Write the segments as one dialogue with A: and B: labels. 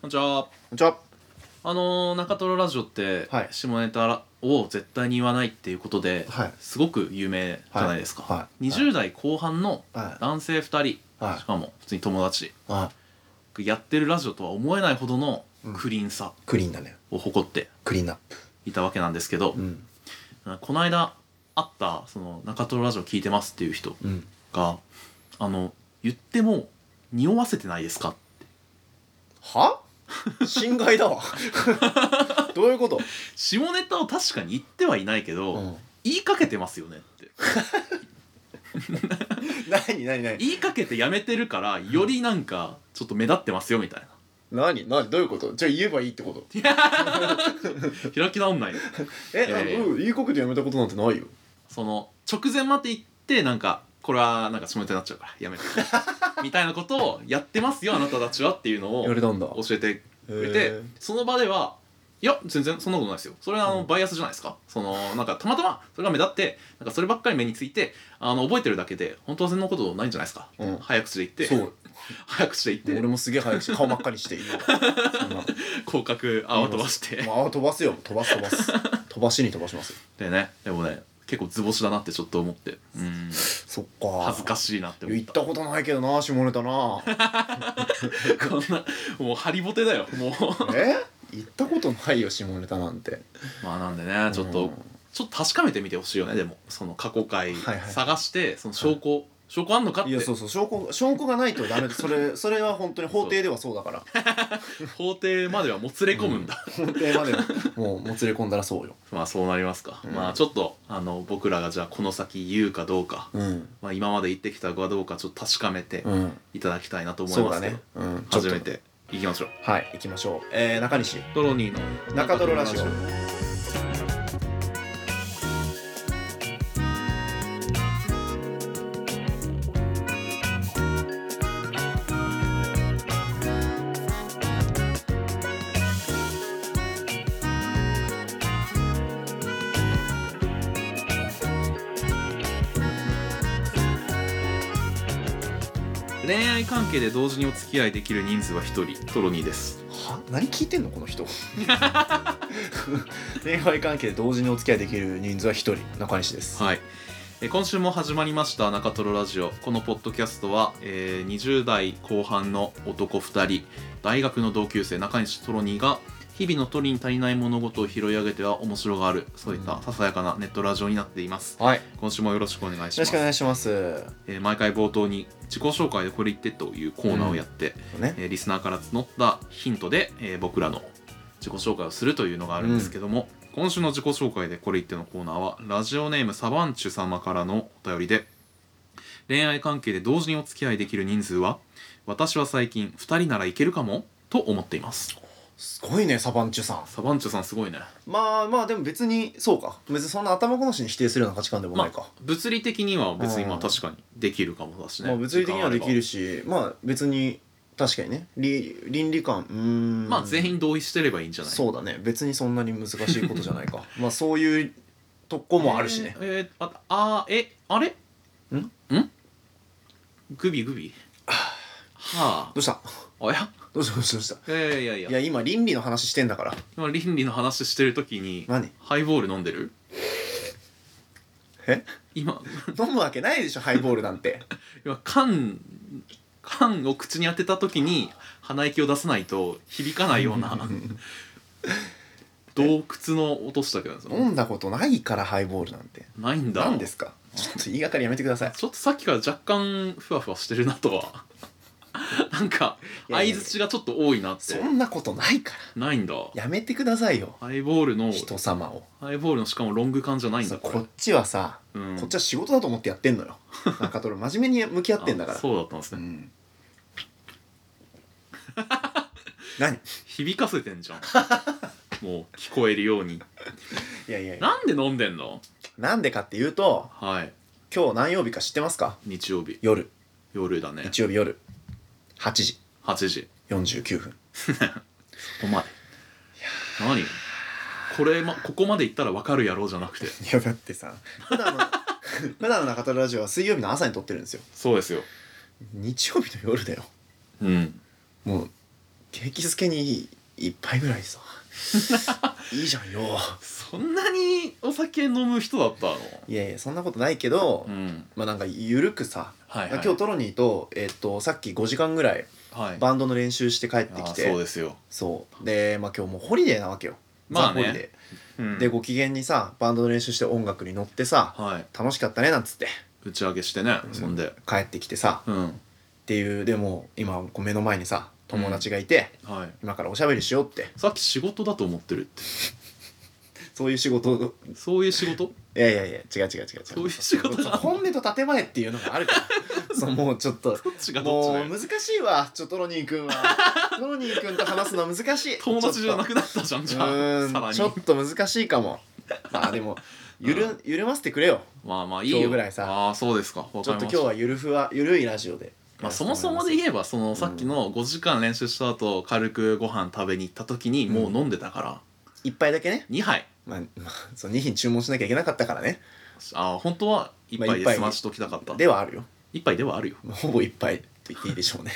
A: こんにちは。
B: こんにちは。
A: あのー中トロラジオって、
B: はい
A: 下ネタを絶対に言わないっていうことで、
B: はい
A: すごく有名じゃないですか。
B: はいはい
A: 20代後半の
B: はい
A: 男性2人、
B: はい
A: しかも普通に友達
B: あ、
A: やってるラジオとは思えないほどのクリーンさ
B: クリーンだね。
A: を誇って
B: クリーンナップ。
A: いたわけなんですけど、
B: ん。
A: この間会ったその中トロラジオ聞いてますっていう人
B: うん。
A: が「あの言っても匂わせてないですか?」
B: は？ 侵害だわ。 どういうこと？
A: 下ネタを確かに言ってはいないけど、
B: うん
A: 言いかけてますよねって
B: 何何何？
A: 言いかけてやめてるからよりなんかちょっと目立ってますよみたいな
B: 何何どういうこと？じゃあ言えばいいってこと？
A: 開き直んないの
B: え、
A: いやいや
B: あうん、いいことやめたことなんてないよ。
A: その直前まで行ってなんかこれはなんか下ネタになっちゃうからや めてみたいなことをやってますよあなたたちはっていうのを
B: 言われたんだ。
A: 教えてくれ
B: へ
A: て
B: ー
A: その場ではいや全然そんなことないですよそれはあのバイアスじゃないですかそのなんかたまたまそれが目立ってなんかそればっかり目についてあの覚えてるだけで本当はそんなことないんじゃないですか、
B: うん
A: 早口で言って
B: そう。
A: 早口で言
B: 俺
A: って
B: もすげえ早いし顔真っ赤にして今。 そんな
A: 口角泡飛ばして
B: もうあ飛ばすよ。飛ばす飛ばす。飛ばしに飛ばしますよ。
A: でねでもね結構図星だなってちょっと思ってうん
B: そっか。
A: 恥ずか
B: しい。
A: しいなって思っ
B: 言ったことないけどな下ネタな
A: た こんなもうハリボテだよ もう
B: え言ったことないよ下ネタなんて
A: まあなんでねちょっと、
B: うん
A: ちょっと確かめてみてほしいよねでもその過去回
B: はいはい
A: 探してその証拠、証拠あんのかっ
B: いや
A: て
B: そうそう証拠証拠がないとダメだそれそれは本当に法廷ではそうだから
A: 法廷まではもつれ込むんだ、
B: 法廷まではもうもつれ込んだらそうよ
A: まあそうなりますか、
B: うん
A: まあちょっとあの僕らがじゃあこの先言うかどうか、
B: うん
A: まあ、今まで言ってきたかどうかちょっと確かめて
B: うん
A: いただきたいなと思い
B: そう
A: ま
B: だ
A: すけど、
B: ねうん
A: 初めていきましょう
B: はい行きましょうえー、中西
A: ドロニーの
B: 中トロラジオ
A: 恋愛関係で同時にお付き合いできる人数は一人トロニーです
B: は何聞いてんのこの人 恋愛関係で同時にお付き合いできる人数は一人中西です
A: はいえー今週も始まりました中トロラジオこのポッドキャストは、えー20代後半の男2人大学の同級生中西トロニーが日々のトリに足りない物事を拾い上げては面白があるそういったささやかなネットラジオになっています
B: はいよ
A: 今週もよろしくお願いしま
B: ろし
A: す
B: くお願いします
A: えー毎回冒頭に自己紹介でこれ言ってというコーナーをやって、
B: ね
A: えーリスナーから募ったヒントで、えー僕らの自己紹介をするというのがあるんですけども、今週の自己紹介でこれ言ってのコーナーはラジオネームサバンチュ様からのお便りで恋愛関係で同時にお付き合いできる人数は私は最近2人ならいけるかもと思っています
B: すごいねサバンチュさん
A: サバンチュさんすごいね
B: まあまあでも別にそうか別にそんな頭ごなしに否定するような価値観でも
A: ま
B: ない
A: あ
B: か、
A: 物理的には別にまあ
B: うん
A: 確かにできるかもだしね、
B: まあ、物理的にはできる
A: 時間
B: しまあ別に確かにねり倫理観
A: あ
B: うー
A: れ
B: ん
A: ばまあ全員同意してればいいんじゃない
B: そうだね別にそんなに難しいことじゃないか まあそういうとこもあるしね、
A: えーえーああーえあれ
B: ん
A: んグビグビは
B: どうした
A: ああや
B: どうしたどうしたどう
A: い
B: し
A: やいやい
B: た
A: や
B: い
A: いや
B: や今倫理の話してんだから
A: 今倫理の話してる時に
B: 何
A: ハイボール飲んでる
B: え
A: 今
B: 飲むわけないでしょハイボールなんて
A: 今缶缶を口に当てた時に鼻息を出さないと響かないよう な洞窟の音したけど
B: 飲んだことないからハイボールなんて
A: ないんだ
B: 何ですかちょっと言いがかりやめてくだ さい
A: ちょっとさっきから若干ふわふわしてるなと はなんか
B: いやいやい
A: 相
B: や
A: 槌がちょっと多いなって
B: そんなことないか
A: ないんだ
B: らやめてくださいよ
A: ハイボールの
B: 人様を
A: ハイボールのしかもロング缶じゃないんだ
B: そう
A: こ
B: こ
A: れ
B: っちはさ、
A: うん
B: こっちは仕事だと思ってやって んのよ中トロ真面目に向き合ってんだから
A: あそうだったんです
B: う
A: ね
B: ん何い
A: 響かせて んじゃんもう聞こえるように
B: やいやいや
A: なんで飲んでんの
B: なんでかっていうと
A: はい
B: 今日何曜日か知ってますか
A: 日曜日
B: 夜
A: 夜だね
B: 日曜日夜8時
A: 8時
B: 49分
A: お前何これ、ま、ここまで行ったら分かるやろうじゃなくて
B: いやだってさ普段の 普段の中田ラジオは水曜日の朝に撮ってるんですよ
A: そうですよ
B: 日曜日の夜だよ
A: うん
B: もう景気づけに一杯ぐら いさいいじゃんよ
A: そんなにお酒飲む人だったの
B: いやいやそんなことないけど、
A: うん
B: まあなんかゆるくさ、
A: はいはい
B: 今日トロニーと,、えっとさっき5時間ぐらい
A: はい
B: バンドの練習して帰ってき
A: あー
B: て、
A: そうですよ
B: そうでまあ今日もうホリデーなわけよ
A: まあね
B: ザホリデ
A: うん
B: ーでご機嫌にさバンドの練習して音楽に乗ってさ
A: はい
B: 楽しかったねなんつって
A: 打ち上げしてねそんで
B: 帰ってきてさ
A: うん
B: っていうでも今こう目の前にさ友達がいて、
A: はい
B: 今からおしゃべりしようって
A: さっき仕事だと思ってるって
B: そういう仕事
A: そういう仕事
B: いやいやいや違う違う違う違う
A: そういう仕事なの
B: 本音と建前っていうのがあるか らそうもうちょっと
A: どっちがどっちだ
B: もう
A: よ
B: 難しいわちょトロニーくんはトロニーくんと話すのは難しい
A: 友達じゃな
B: く
A: くなったじゃん
B: ち
A: じ
B: ょっとう
A: ゃあさ
B: ー
A: ら
B: んちょ
A: に
B: っと難しい かもまあでもゆる、緩ませてくれよ
A: まあまあいいよ
B: 今日ぐらいさ
A: ああそうですかわ
B: ち
A: か
B: ょっ
A: りま
B: と
A: し
B: 今日
A: た
B: はゆるふわゆるいラジオで
A: まあ、そもそもで
B: え
A: 言えばそのさっきの5時間練習した後軽くご飯食べに行った時にもう飲んでたから
B: 一杯だけね、
A: 2杯
B: まあ、まあ、その2品注文しなきゃいけなかったからね
A: ああ本当は1
B: まあ
A: 杯
B: 一
A: で
B: 杯
A: 済ましときたかった
B: ではあるよ
A: 1杯ではあるよ
B: ほぼ一杯と言っていいでし ょうね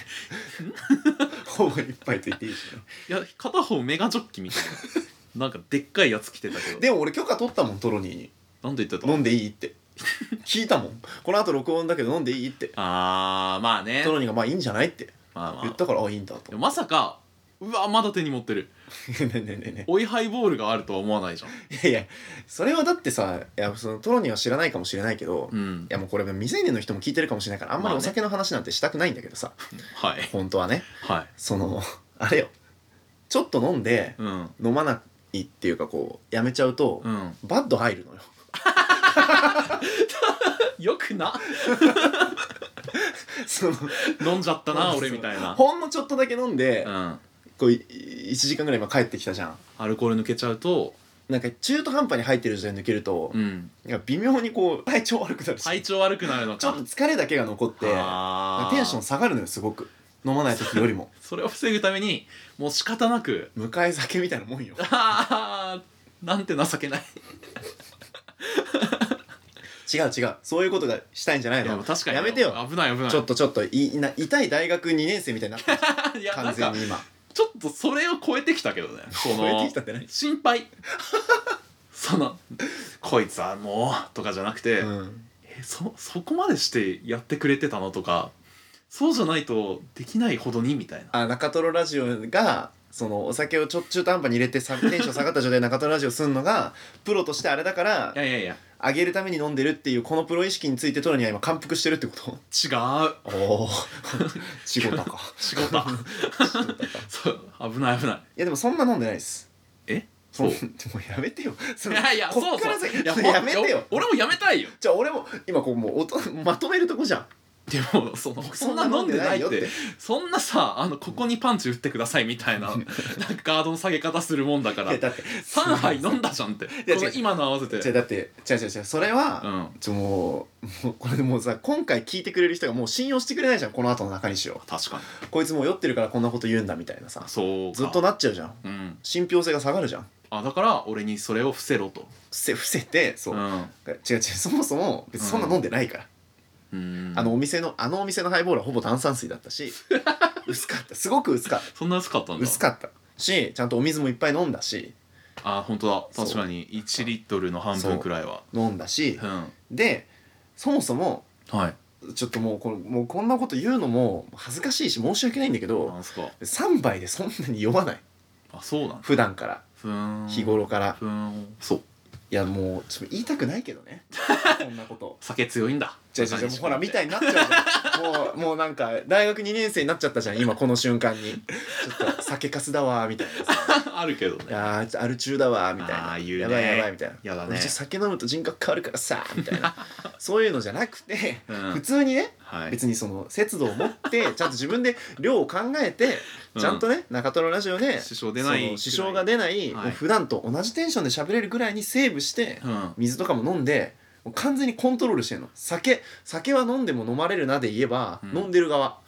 B: ほぼ一杯と言っていいでしょうね
A: いや片方メガジョッキみたい ななんかでっかいやつ着てたけど
B: でも俺許可取ったもんトロニーに
A: なんて言ってた
B: 飲んでいいって聞いたもんこの後録音だけど飲んでいいって
A: あーまあね
B: トロニーがまあいいんじゃないって
A: まあま
B: 言っ
A: あ
B: たからあいいんだ
A: で
B: と
A: も
B: 思
A: まさかうわまだ手に持ってる
B: ってねえねえねえね
A: おいハイボールがあるとは思わないじゃん
B: えいやいやそれはだってさいやそのトロニーは知らないかもしれないけど、
A: う
B: い
A: ん
B: やもうこれ未成年の人も聞いてるかもしれないからあんま
A: まあ
B: りお
A: ね
B: 酒の話なんてしたくないんだけどさ、
A: はい
B: 本当はね
A: はい
B: そのあれよちょっと飲んで
A: うん
B: 飲まないっていうかこうやめちゃうと、
A: うん
B: バッド入るのよ
A: よくな
B: その
A: 飲んじゃったな俺みたいな
B: ほんのちょっとだけ飲んで、
A: うん
B: こうい1時間ぐらい今帰ってきたじゃん
A: アルコール抜けちゃうと
B: なんか中途半端に入ってる時代抜けると、
A: うん
B: なんか微妙にこう体調悪くなるし、
A: 体調悪くなるのか
B: ちょっと疲れだけが残って
A: あー
B: テンション下がるのよすごく飲まない時よりも
A: それを防ぐためにもう仕方なく
B: 迎え酒みたいなもんよ
A: あーなんて情けない
B: 違う違うそういうことがしたいんじゃない
A: いやも
B: の
A: う確かに
B: やめてよ
A: 危ない危ない
B: ちょっとちょっといな痛い大学2年生みたいになって る
A: いやな
B: 完
A: んか
B: 全に今
A: ちょっとそれを超えてきたけどねその
B: 超えてきたって何
A: 心配その「こいつはもう」とかじゃなくて、
B: うん
A: えそそこまでしてやってくれてたのとかそうじゃないとできないほどにみたいな
B: あ中トロラジオがそのお酒をちょ中途半端に入れてさテンション下がった状態で中トロラジオすんのがプロとしてあれだから
A: いやいやいや
B: 上げるために飲んでるっていうこのプロ意識についてトロには今感服してるってこと
A: 違う
B: おお 仕事か
A: 仕事だ そう危ない危ない
B: いやでもそんな飲んでないです
A: え
B: そ
A: そ
B: ん
A: う
B: でもうやめてよ そ
A: い
B: の
A: やいや
B: こ
A: そ
B: っ
A: う
B: か
A: そ
B: ら
A: う
B: 先
A: いや
B: それ
A: もう
B: やめてよ
A: 俺もやめたいよ
B: じゃあ俺も今こうもうおとまとめるとこじゃん
A: でもそ のそんな飲んでないってそんなさあのここにパンチ打ってくださいみたい ななんかガードの下げ方するもんだか
B: い
A: ら
B: や だって
A: 3杯飲んだじゃんってこ
B: や
A: の
B: 違う
A: 今の合わせて
B: じゃあだって違う違う違うそれ
A: う
B: は、
A: ん
B: ちょもうもうこれでもうさ今回聞いてくれる人がもう信用してくれないじゃんこの後の中西を
A: 確かに
B: こいつもう酔ってるからこんなこと言うんだみたいなさ
A: そうか
B: ずっとなっちゃうじゃん
A: うん
B: 信憑性が下がるじゃん
A: あだから俺にそれを伏せろと
B: 伏せ伏せてそうう、
A: ん
B: 違う違うそもそも別にそんな飲んでないから、
A: うん
B: あのお店のあのお店のハイボールはほぼ炭酸水だっ たし薄かったすごく薄かっ
A: そんな薄かった
B: た
A: んだ
B: 薄かったしちゃんとお水もいっぱい飲んだし
A: あ本当だ
B: そう
A: 確かに1リットルの半分くらいは
B: 飲んだし
A: うん
B: でそもそも
A: はい
B: ちょっともうこれもうこんなこと言うのも恥ずかしいし申し訳ないんだけど
A: なんすか
B: 3杯でそんなに酔わない
A: あそうなんだ
B: 普段から
A: ふーん
B: 日頃から
A: ふーんそう
B: いやもうちょっと言いたくないけどね こんなこと
A: 酒強いんだ
B: じゃじゃじゃもうほらみた
A: い
B: いになっちゃうじゃんもうもうなんか大学2年生になっちゃったじゃん今この瞬間にちょっと酒かすだわーみたい なさ
A: あるけど
B: い
A: ね
B: やーアル中だわーみたいな
A: あー言うね
B: やばいやばいみたいな
A: やだね
B: うち酒飲むと人格変わるからさーみた いなそういうのじゃなくて
A: うん
B: 普通にね
A: はい
B: 別にその節度を持ってちゃんと自分で量を考えて
A: うん
B: ちゃんとね中トロラジオで
A: 支障出ない
B: その支障が出ない
A: はい
B: もう普段と同じテンションで喋れるぐらいにセーブして
A: うん
B: 水とかも飲んでもう完全にコントロールしてんの酒酒は飲んでも飲まれるなで言えば
A: うん
B: 飲んでる側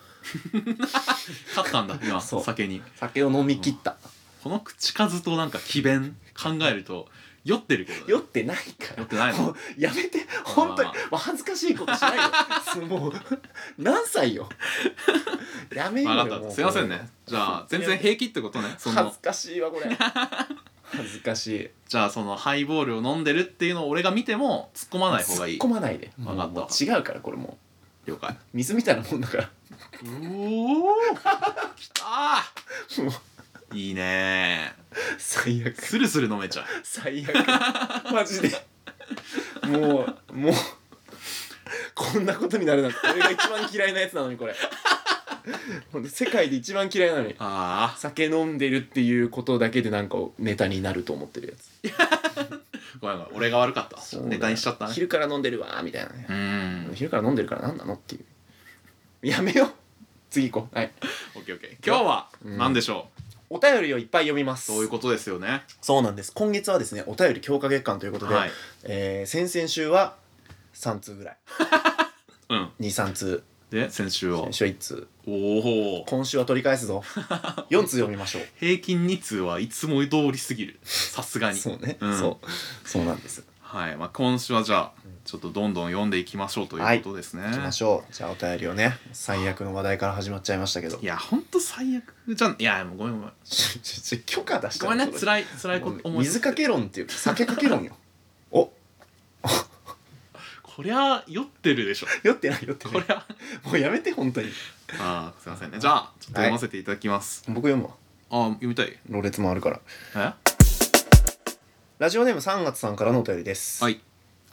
A: 勝ったんだ今
B: そう
A: 酒に
B: 酒を飲み切った
A: この口数となんか詭弁考えると酔ってるけどね
B: 酔ってないか
A: 酔
B: ら
A: ってないの
B: もうやめて本当に
A: まあ
B: もう恥ずかしいことしないよそのもう何歳よやめようよ
A: 分かったすいませんねじゃあ全然平気ってことねそ
B: 恥
A: の
B: ずかしいわこれ 恥ずかしい
A: じゃあそのハイボールを飲んでるっていうのを俺が見ても突っ込まない方がいい
B: 突っ込まないで
A: わかった
B: もう違うからこれも
A: 了解
B: う水みたいなもんだから
A: うおーきた
B: もう
A: ーいいね
B: 最悪
A: ースルスル飲めちゃう
B: 最悪マジでもうもうこんなことになるなんて俺が一番嫌いなやつなのにこれほんと世界で一番嫌いなのに
A: ああ
B: 酒飲んでるっていうことだけでなんかネタになると思ってるやつ
A: ごめんごめん俺が悪かったネタにしちゃったね
B: 昼から飲んでるわーみたいなね
A: う、ん
B: 昼から飲んでるからなんなのっていうやめよう次行こうはい
A: オッケーオッケー今日は
B: うん
A: 何でしょう、
B: お便りをいっぱい読みます
A: そういうことですよね
B: そうなんです今月はですねお便り強化月間ということで、
A: はい
B: えー先々週は3通ぐらい
A: うん
B: 23通
A: で先週は
B: 先週は1通
A: おお
B: 今週は取り返す ぞ4通読みましょう
A: 平均日通はいつも通りすぎるさすがに
B: そうね、
A: ん
B: そうそうなんです
A: はい、まあ、今週はじゃあちょっとどんどん読んでいきましょうということですね、
B: いきましょうじゃあお便りをね最悪の話題から始まっちゃいましたけど
A: い、やほんと最悪じゃんいやもうごめんごめん
B: ちょちょちょ許可出した
A: ごめんね
B: い
A: 辛い辛いこと思い
B: 水かけ論っていうか酒かけ論 よお
A: こりゃ酔ってるでしょ
B: 酔ってない酔ってな
A: こ
B: い
A: りゃ
B: もうやめて本当に
A: あーすいませんねじゃあちょっと読ませていただきます、
B: 僕読むわ
A: あー読みたい
B: ろれつもあるから
A: え
B: ラジオネーム3月さんからのお便りです、
A: はい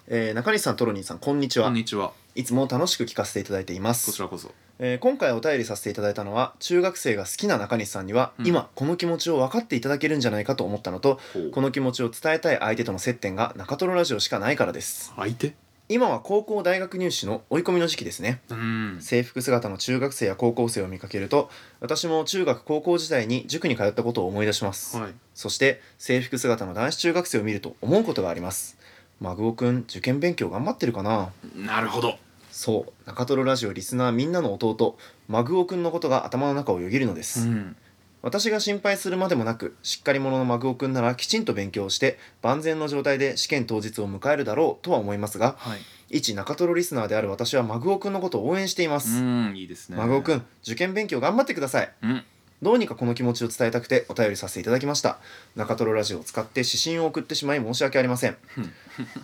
B: えー中西さんトロニーさんこんにちは
A: こんにちはい
B: つも楽しく聞かせていただいていま
A: こち
B: す、
A: らこそ
B: えー今回お便りさせていただいたのは中学生が好きな中西さんには、
A: うん
B: 今この気持ちを分かっていただけるんじゃないかと思ったのとこの気持ちを伝えたい相手との接点が中トロラジオしかないからです
A: 相手
B: 今は高校大学入試の追い込みの時期ですね
A: うん
B: 制服姿の中学生や高校生を見かけると私も中学高校時代に塾に通ったことを思い出します、
A: はい
B: そして制服姿の男子中学生を見ると思うことがありますマグオくん受験勉強頑張ってるかな
A: なるほど
B: そう中トロラジオリスナーみんなの弟マグオくんのことが頭の中をよぎるのです、
A: うん
B: 私が心配するまでもなくしっかり者のマグオくんならきちんと勉強して万全の状態で試験当日を迎えるだろうとは思いますが
A: はい
B: 一中トロリスナーである私はマグオくんのことを応援していま
A: う
B: す、
A: んいいですね
B: マグオくん受験勉強頑張ってください
A: うん
B: どうにかこの気持ちを伝えたくてお便りさせていただきました中トロラジオを使って指針を送ってしまい申し訳ありません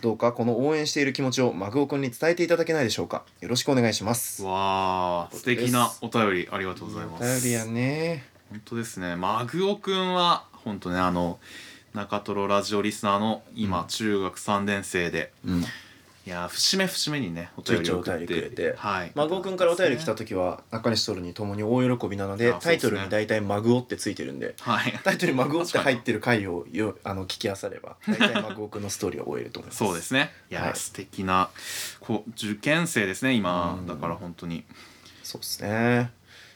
B: どうかこの応援している気持ちをマグオくんに伝えていただけないでしょうかよろしくお願いします
A: わあ素敵なお便りありがとうございます
B: お便りやね
A: 本当ですねマグオくんは本当ねあの中トロラジオリスナーの今中学3年生で、
B: うん
A: いやー節目節目にねお便りを送って
B: ちょいちょいお便りくれて
A: はい
B: マグオくんからお便り来た時は中西トロにともに大喜びなので
A: あそう
B: タ
A: で
B: イ
A: すね
B: トルに大体マグオってついてるんで
A: はい
B: タイトルにマグオって入ってる回をよあの聞きあされ ば大体マグオくんのストーリーを終えると思います
A: そうですねいやー、
B: はい
A: 素敵なこう受験生ですね今
B: うん
A: だから本当に
B: そうですね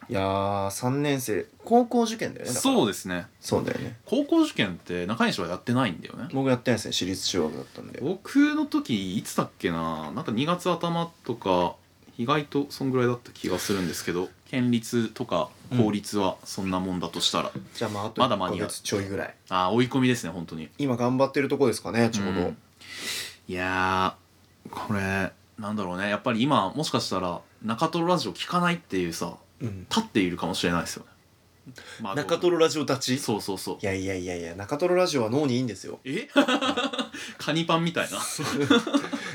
B: いやー3年生高校受験だよねだから
A: そうですね
B: そうだよね
A: 高校受験って中西はやってないんだよね
B: 僕やってないですね私立中学だったんで
A: 僕の時いつだっけななんか2月頭とか意外とそんぐらいだった気がするんですけど県立とか公立はそんなもんだとした ら、
B: じゃあまああと
A: まだ
B: 1
A: 間
B: ヶ
A: に合う
B: 月ちょいぐらい
A: あー追い込みですね本当に
B: 今頑張ってるとこですかねちょうど、
A: うんいやーこれなんだろうねやっぱり今もしかしたら中トロラジオ聞かないっていうさ立っているかもしれないですよね、まあ
B: 中トロラジオ立ち
A: そうそうそう
B: いやいやいやいや中トロラジオは脳にいいんですよ
A: え カニパンみたいな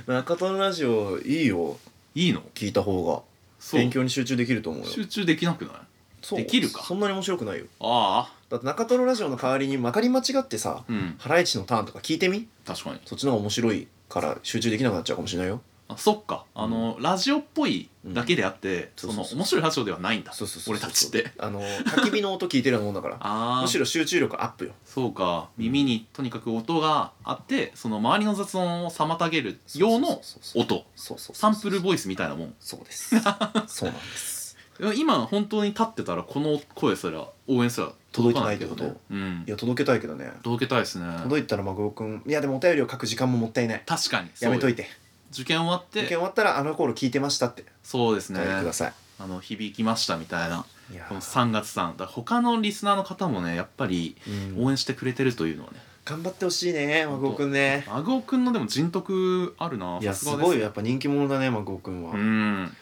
B: 中トロラジオいいよ
A: いいの
B: 聞いた方が
A: そう
B: 勉強に集中できると思うよ
A: 集中できなくない
B: そう
A: できるか
B: そんなに面白くないよ
A: ああ
B: だって中トロラジオの代わりにまかり間違ってさ
A: うん
B: ハライチのターンとか聞いてみ
A: 確かに
B: そっちの方が面白いから集中できなくなっちゃうかもしれないよ
A: あそっかあの、ラジオっぽいだけであって、
B: うん
A: その
B: そうそうそう
A: 面白いラジオではないんだ
B: そうそうそう
A: 俺
B: そう
A: たちって
B: あの焚き火の音聞いてるようなもんだから
A: あ
B: むし
A: あ
B: ろ集中力アップよ
A: そうか耳にとにかく音があってその周りの雑音を妨げるようの
B: そうそうそう
A: 音
B: そうそう
A: サンプルボイスみたいなもん
B: そうです そうなんです
A: でも今本当に立ってたらこの声すら応援すら届かないけどね
B: 届いてないって
A: うん
B: いや届けたいけどね
A: 届けたいですね
B: 届いたら孫くんいやでもお便りを書く時間ももったいない
A: 確かに
B: やめとい
A: て
B: て
A: 受験終わっ
B: 受験終
A: て
B: わったらあの頃聞いてましたって
A: そうです
B: お
A: ね
B: 便りください、
A: あの響きましたみたいない
B: やー
A: この3月さんだから他のリスナーの方もねやっぱり
B: うん
A: 応援してくれてるというのはね
B: 頑張ってほしいね孫くんね
A: あごくんのでも人徳あるない
B: や
A: さ
B: す
A: がです
B: ごいよやっぱ人気者だね孫くんは、
A: うん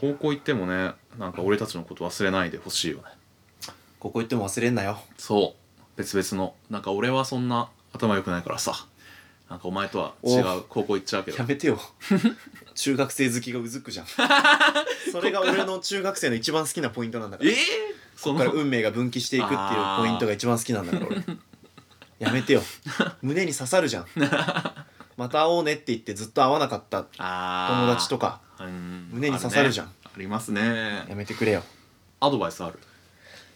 A: 高校行ってもねなんか俺たちのこと忘れないでほしいよね
B: ここ行っても忘れんなよ
A: そう別々のなんか俺はそんな頭良くないからさなんかお前とは違う高校行っちゃうけど
B: やめて よ中学生好きがうずくじ ゃんそれが俺の中学生の一番好きなポイントなんだか
A: え
B: ら
A: ー、そ
B: こ
A: の
B: こから運命が分岐していくっていうポイントが一番好きなんだから俺 やめてよ胸に刺さる じゃんまた会おうねって言ってずっと会わなかった
A: あー
B: 友達とか
A: うん
B: 胸に刺さるじゃん
A: あ,、ありますね
B: やめてくれよ
A: アドバイスある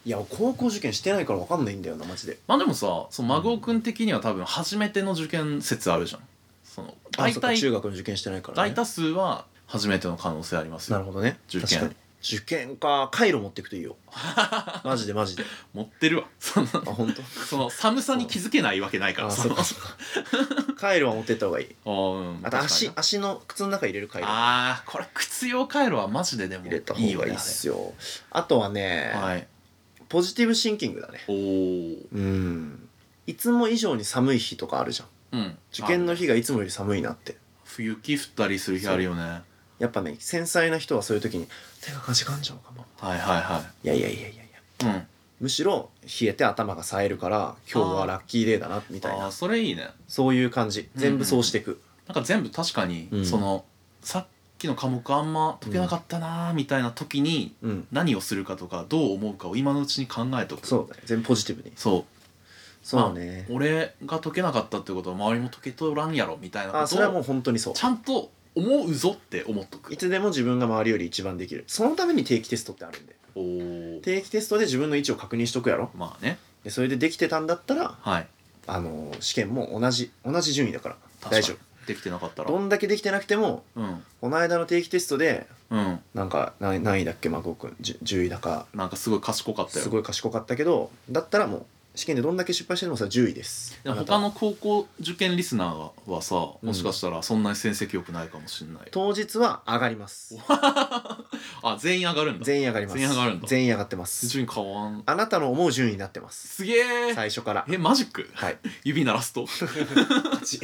B: いや高校受験してないから分かんないんだよなマジで
A: まあでもさその孫尾君的には多分初めての受験説あるじゃんその
B: あ
A: 大
B: そっか
A: 体
B: 中学の受験してないから、ね、
A: 大多数は初めての可能性あります
B: なる
A: よ
B: ほどね
A: 受験
B: 確かに受験か回路持ってくといいよ マジでマジで
A: 持ってるわ その
B: あ本当
A: その寒さに気づけないわけないから
B: あ
A: さ
B: そっかそっか回路は持ってった方がいい
A: あーうん
B: あと足
A: 確か
B: 足の靴の中入れる回
A: に
B: 路
A: なあーこれ靴用回路はマジででも
B: 入れた方
A: いいわ
B: がいいっすよあとはね、
A: はい
B: ポジティブシンキングだね
A: おー
B: うんいつも以上に寒い日とかあるじゃん
A: うん
B: 受験
A: あ
B: の日がいつもより寒いなって
A: 冬雪降ったりする日あるよねは
B: やっぱね繊細な人はそういう時に手がかじかんじゃうかも
A: いはいはい
B: やいやいやいやいや
A: いうん
B: むしろ冷えて頭が冴えるから今日はラッキーデーだなみたい
A: あ
B: な
A: ーそれいいね
B: そういう感じ全部そうしていく、
A: なんか全部確かに、
B: うん
A: そのさっきの科目あんま解けなかったなーみたいな時に、
B: うん
A: 何をするかとかどう思うかを今のうちに考えとく
B: そうだね全部ポジティブに
A: そう
B: そうね
A: 俺が解けなかったってことは周りも解けとらんやろみたいな
B: あ
A: こ
B: それは
A: と
B: もう
A: を
B: 本当にそう
A: ちゃんと思うぞって思っとく
B: いつでも自分が周りより一番できるそのために定期テストってあるんで
A: おお
B: 定期テストで自分の位置を確認しとくやろ
A: まあね
B: でそれでできてたんだったら
A: はい
B: あの試験も同じ同じ順位だから
A: 確か
B: 大
A: に
B: 丈
A: できてなかった
B: 夫
A: ら
B: どんだけできてなくても
A: うん
B: この間の定期テストで
A: うん
B: なんか何何位だっけ孫君じゅ 10, 位だか
A: なんかすごい賢かったよ
B: すごい賢かったけどだったらもう試験でどんだけ失敗してもさ10位です
A: でも
B: あなた
A: 他の高校受験リスナーはさもしかしたらそんなに成績良くないかもしれないよ、
B: 当日は上がります
A: あ全員上がるんだ
B: 全員上がります
A: 全員上がるんだ
B: 全員上がってます
A: 順位変わん
B: あなたの思う順位になってます
A: すげえ
B: 最初から
A: えマジック
B: はい
A: 指鳴ら すと
B: 勝ち
A: い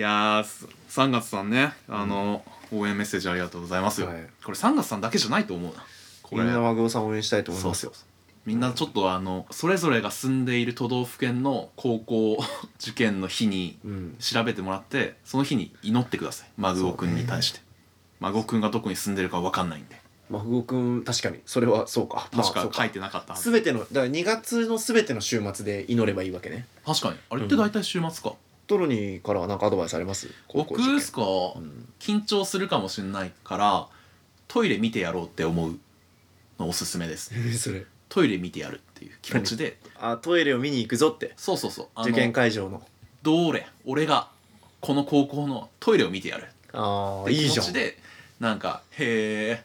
A: やーす3月さんねあの、応援メッセージありがとうございますよ、
B: はい
A: これ3月さんだけじゃないと思うなこ
B: み
A: れ
B: んな和合さんを応援したいと思い
A: そう
B: ます
A: そう
B: よ
A: そうみんなちょっとあのそれぞれが住んでいる都道府県の高校受験の日に
B: うん
A: 調べてもらってその日に祈ってくださいマグオ君に対して、マグオ君がどこに住んでるかわかんないんで
B: 孫君確かにそれはそうか
A: 確
B: まあそ
A: か
B: う
A: 書いてなかったはず、
B: 全てのだから2月の全ての週末で祈ればいいわけね
A: 確かにあれって大体週末か、
B: トロニーからは何かアドバイスあります高校
A: 僕
B: 受験
A: ですか、
B: うん
A: 緊張するかもしれないからトイレ見てやろうって思うのおすすめです
B: えそれ
A: トイレ見てやるっていう気持ちで
B: あトイレを見に行くぞって
A: そうそうそうあの
B: 受験会場の
A: どれ俺がこの高校のトイレを見てやる
B: あ
A: っ
B: あ
A: て
B: いい
A: 気
B: じ
A: 持
B: ゃん
A: ちでなんかへえ、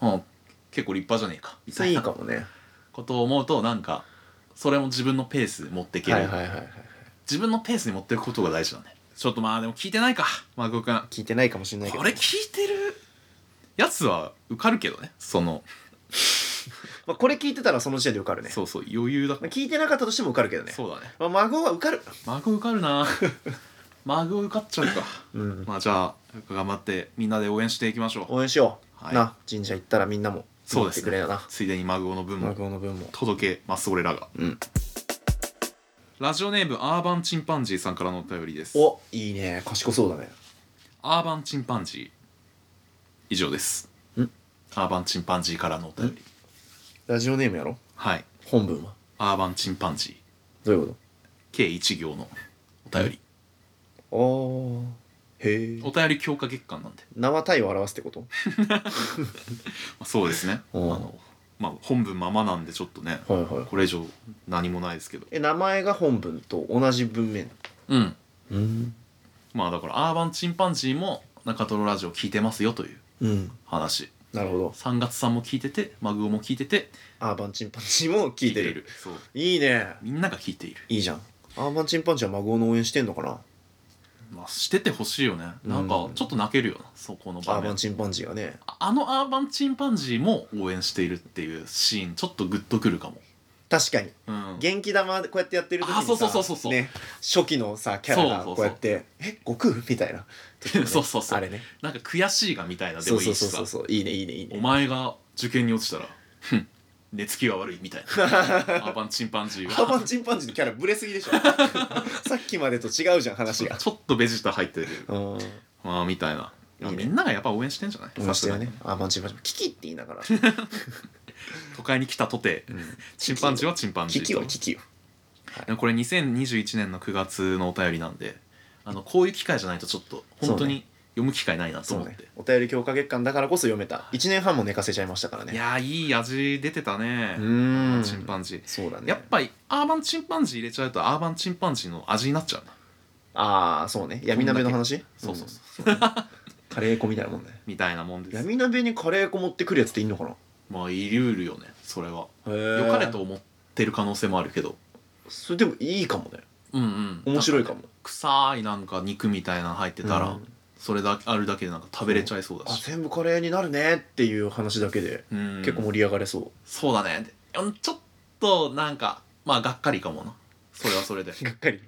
A: うん、結構立派じゃねえかみ
B: そ
A: た
B: れい
A: い
B: い
A: な
B: かもね
A: ことを思うとなんかそれも自分のペースで持っていける、
B: はいはいはいはい
A: 自分のペースに持っていくことが大事だねちょっとまあでも聞いてないかマグオ君
B: 聞いてないかもしれないけど
A: これ聞いてるやつは受かるけどねその
B: まあ、これ聞いてたらその時点で受かるね
A: そうそう余裕だ
B: まあ、聞いてなかったとしても受かるけどね
A: そうだね
B: まあ、孫は受かる
A: 孫受かるな 孫受かっちゃうか
B: うん
A: まあじゃあ頑張ってみんなで応援していきましょう
B: 応援しよう、
A: はい
B: な神社行ったらみんなも
A: そうで
B: 祈って
A: す
B: くれ
A: ね
B: よな、
A: ついでに孫の分も
B: 孫の分も
A: 届けます俺らが
B: うん
A: ラジオネームアーバンチンパンジーさんからのお便りです
B: おいいね賢そうだね
A: アーバンチンパンジー以上です
B: ん
A: アーバンチンパンジーからのお便り
B: ラジオネームやろ
A: はい
B: 本文は
A: アーバンチンパンジー
B: どういうこ
A: 計1行のお便り
B: とおーへえ
A: お便り強化月間なんで、
B: 縄体を表すってこと
A: まあ、そうですねあ
B: おう
A: のまあ本文ままなんでちょっとね
B: はいはい
A: これ以上何もないですけど
B: え名前が本文と同じ文面
A: うん
B: うん
A: まあだからアーバンチンパンジーも中トロラジオ聞いてますよという
B: うん
A: 話
B: なるほど
A: 三月さんも聞いててマグオも聞いてて
B: アーバンチンパンジーも聞いてる
A: そう
B: いいね
A: みんなが聞いている
B: いいじゃんアーバンチンパンジーは孫の応援してんのかな
A: まあしててほしいよねなんか
B: うん
A: ちょっと泣けるよなそこの
B: ア
A: 場
B: ーバ
A: 面
B: ンチンパンジーがね
A: ああのアーバンチンパンジーも応援しているっていうシーンちょっとグッとくるかも
B: 確かに
A: うんうん
B: 元気玉こうやってやってる時にさ
A: あそうそうそうそうそう
B: ね、初期のさキャラ
A: そうそう
B: が
A: そう
B: こうやって「え悟空?」みたいな時のね
A: そうそうそう
B: あれね
A: なんか悔しいがみたいなで
B: そ
A: も
B: う
A: い
B: そ
A: いう
B: そ
A: し
B: う
A: さ
B: そうそういいねいいねいい
A: お
B: ね
A: 前が受験に落ちたらふん寝つきが悪いみたいな アーバンチンパンジー
B: ハー
A: が
B: パンチンパンジーのキャラブレすぎ でしょさっきまでと違うじゃん話が
A: ちょっとベジータ入ってる
B: うん
A: まあみたいない
B: いね
A: みんながやっぱ応援してんじゃない
B: ましては
A: さすが
B: ね
A: に
B: アーパンチンパンジーも「キキ」って言いながら、
A: 都会に来たとてチンパンジーはチンパンジ
B: キ
A: ー
B: キ
A: と
B: よキキよ
A: これ2021年の9月のお便りなんであのこういう機会じゃないとちょっと本当
B: そう
A: に読む機会ないなと
B: そう
A: 思っ
B: ね
A: て、
B: お便り強化月間だからこそ読めた1年半も寝かせちゃいましたから
A: い
B: ね
A: やーいい味出てたね
B: うーん
A: チンパンジー
B: そうだね
A: やっぱりアーバンチンパンジー入れちゃうとアーバンチンパンジーの味になっちゃうね
B: ああそうね闇鍋の話、
A: そうそうそう
B: うんそうね カレー粉みたいなもんね
A: みたいなもんです
B: 闇鍋にカレー粉持ってくるやつっていいのかな
A: まあいるるよねそれは
B: へえ
A: 良かれと思ってる可能性もあるけど
B: それでもいいかもね
A: うんうん
B: 面白いかも
A: なんね臭いなんか肉みたいなの入ってたら、
B: うん
A: それだけあるだけでなんか食べれちゃいそうだ
B: あ
A: し
B: 全部カレーになるねっていう話だけで
A: うん
B: 結構盛り上がれそう
A: そうだねうんちょっとなんかまあがっかりかもなそれは それで
B: がっか り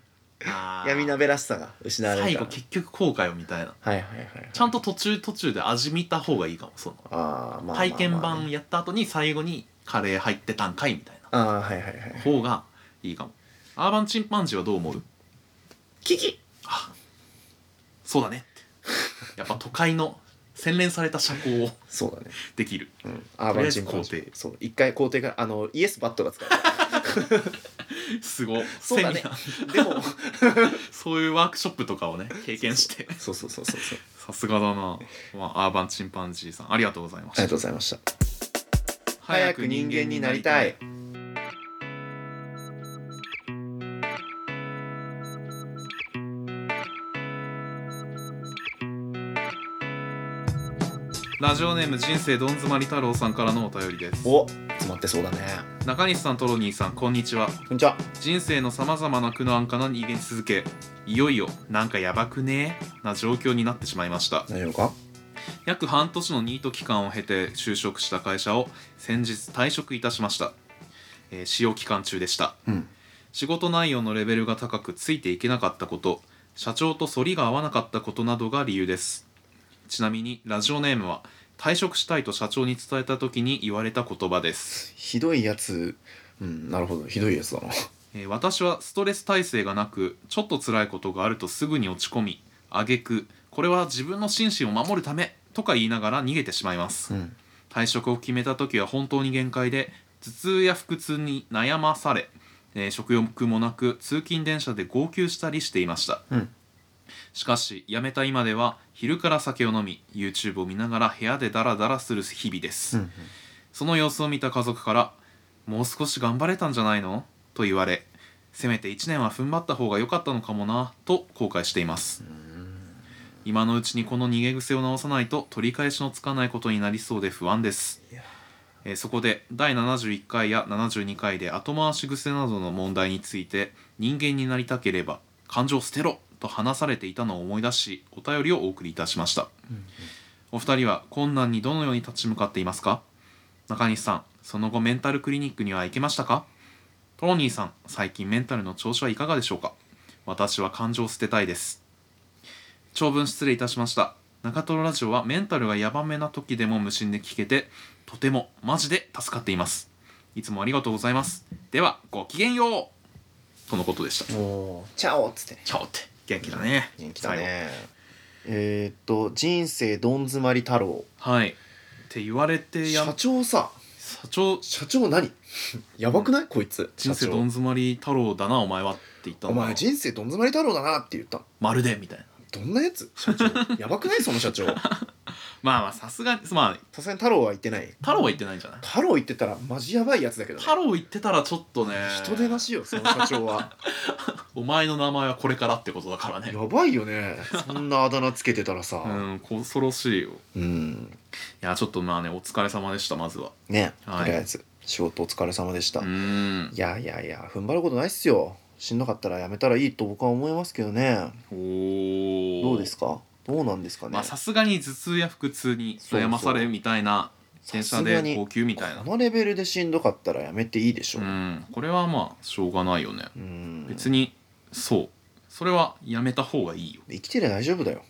A: あー
B: 闇鍋らしさが失われ
A: 最
B: た
A: 後結局後悔をみたいな
B: はいはいはいはい
A: ちゃんと途中途中で味見た方がいいかもその
B: あーまあまあまあね
A: 体験版やった後に最後にカレー入ってたんかいみたいな
B: ああはいはいはい
A: 方がいいかもアーバンチンパンジーはどう思う
B: キキ
A: そう だねってやっぱ都会の洗練された社交を
B: そうだね
A: できる
B: うんアーバンチン工
A: とりあえず肯
B: 程
A: 定
B: そう一回工程からあのイエスバットが使える
A: すごい
B: そうだね
A: セミナー
B: でも
A: そういうワークショップとかをね経験して
B: そうそうそうそうそう
A: さすがだな、まあ、アーバンチンパンジーさんありがとうございま
B: あ
A: した
B: りがとうございました
A: 早く人間になりたいラジオネーム人生どん詰まり太郎さんからのお便りです
B: お詰まってそうだね
A: 中西さんトロニーさんこんにちは
B: こんにちは
A: 人生のさまざまな苦難から逃げ続けいよいよなんかやばくねな状況になってしまいました
B: 大丈夫か
A: 約半年のニート期間を経て就職した会社を先日退職いたしました、えー使用期間中でした
B: うん
A: 仕事内容のレベルが高くついていけなかったこと社長と反りが合わなかったことなどが理由ですちなみにラジオネームは退職したいと社長に伝えた時に言われた言葉です、
B: ひどいやつうんなるほどひどいやつだな
A: えー私はストレス耐性がなくちょっと辛いことがあるとすぐに落ち込み挙句これは自分の心身を守るためとか言いながら逃げてしまいます
B: うん
A: 退職を決めた時は本当に限界で頭痛や腹痛に悩まされ、えー食欲もなく通勤電車で号泣したりしていました
B: うん
A: しかし辞めた今では昼から酒を飲み YouTube を見ながら部屋でダラダラする日々です、
B: うん
A: その様子を見た家族から「もう少し頑張れたんじゃないの?」と言われせめて1年は踏ん張った方が良かったのかもなと後悔しています今のうちにこの逃げ癖を直さないと取り返しのつかないことになりそうで不安です
B: いや、
A: えーそこで第71回や72回で後回し癖などの問題について人間になりたければ感情を捨てろと話されていたのを思い出しお便りをお送りいたしました、お二人は困難にどのように立ち向かっていますか中西さんその後メンタルクリニックには行けましたかトロニーさん最近メンタルの調子はいかがでしょうか私は感情を捨てたいです長文失礼いたしました中トロラジオはメンタルがヤバめな時でも無心で聞けてとてもマジで助かっていますいつもありがとうございますではごきげんようとのことでした
B: うんおーチャオっつってね
A: チャオって元気だね
B: 元気だねえー、っと人生どん詰まり太郎
A: 最後はいって言われてや
B: 社
A: ん
B: 長さ
A: 社長
B: 社長 何やばくないこいつ
A: 人生
B: 社
A: どん
B: 長
A: 詰まり太郎だなお前はって言った
B: お
A: の
B: 前人生どん詰まり太郎だなって言ったの
A: まるでみたいな
B: どんなやつ社長 やばくないその社長さ
A: まあまあさすがにまあ
B: すがに太郎は言ってない
A: 太郎は言ってないんじゃない
B: 太郎言ってたらマジやばいやつだけどね
A: 太郎言ってたらちょっとね
B: 人でなしよその社 長は
A: お前の名前はこれからってことだからね
B: やばいよねそんなあだ名つけてたらさ
A: うん恐ろしいよ
B: うん、
A: いやちょっとまあねお疲れ様でしたまずは
B: ね、
A: はい
B: とりあえず仕事お疲れ様でした、
A: う
B: い
A: ーん
B: やいやいや踏ん張ることないっすよしんどかったらやめたらいいと僕は思いますけどね
A: おお
B: どうですかどうなんですかね、
A: まあさすがに頭痛や腹痛に
B: そうそ
A: 悩
B: う
A: まされみたいな電車
B: さすが
A: で
B: に
A: 高級みたいな
B: このレベルでしんどかったらやめていいでしょ
A: う
B: う、うん
A: んこれはまあしょうがないよね別
B: に
A: にそうそれはやめた方がいいよ
B: 生きてりゃ大丈夫だよ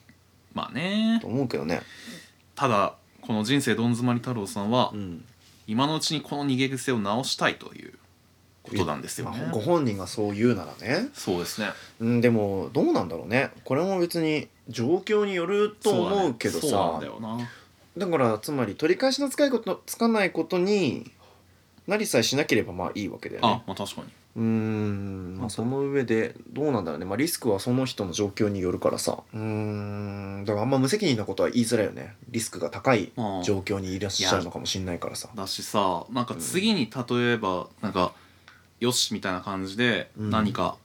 A: まあね
B: と思うけどね、
A: ただこの人生どん詰まり太郎さんは今のうちにこの逃げ癖を直したいということなんですよ
B: まあ
A: ね
B: ご本人がそう言うならね、
A: そうですね
B: うん、でもどうなんだろうねこれも別に状況によると思うけど
A: そうな
B: さ
A: んだよな
B: だからつまり取り返しのつかいことつかないことになりさえしなければまあいいわけだよね
A: あまあ確かに
B: うーん、まあ、その上でどうなんだろうね、まあ、リスクはその人の状況によるからさうーんだからあんま無責任なことは言いづらいよねリスクが高い
A: うん
B: 状況にいらっしゃるのかもしれないからさ
A: だしさなんか次に例えばなんか「よし」みたいな感じで
B: うん
A: 何か、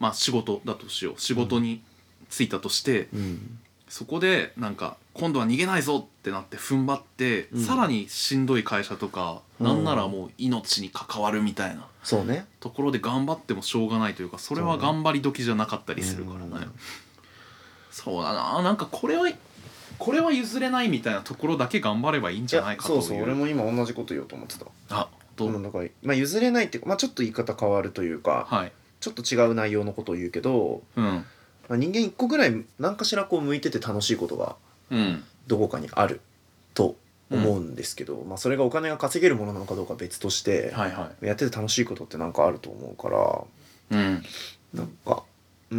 A: まあ仕事だとしよう仕事に就いたとして、
B: うん
A: そこでなんか今度は逃げないぞってなって踏ん張って、
B: うん
A: さらにしんどい会社とか、
B: うん
A: なんならもう命に関わるみたいな
B: そうね
A: ところで頑張ってもしょうがないというかそれは
B: そうね
A: 頑張り時じゃなかったりするからね
B: うん
A: そうだななんかこれはこれは譲れないみたいなところだけ頑張ればいいんじゃないかという
B: やそうそう俺も今同じこと言おうと思ってた
A: あど
B: う
A: うん
B: だから、まあ、譲れないっていうか、まあ、ちょっと言い方変わるというか
A: はい
B: ちょっと違う内容のことを言うけど、
A: うん
B: まあ、人間一個ぐらい何かしらこう向いてて楽しいことが
A: うん
B: どこかにあると思うんですけど、まあ、それがお金が稼げるものなのかどうかは別として、
A: はいは
B: やってて楽しいことってなんかあると思うから
A: いうん
B: なんかうー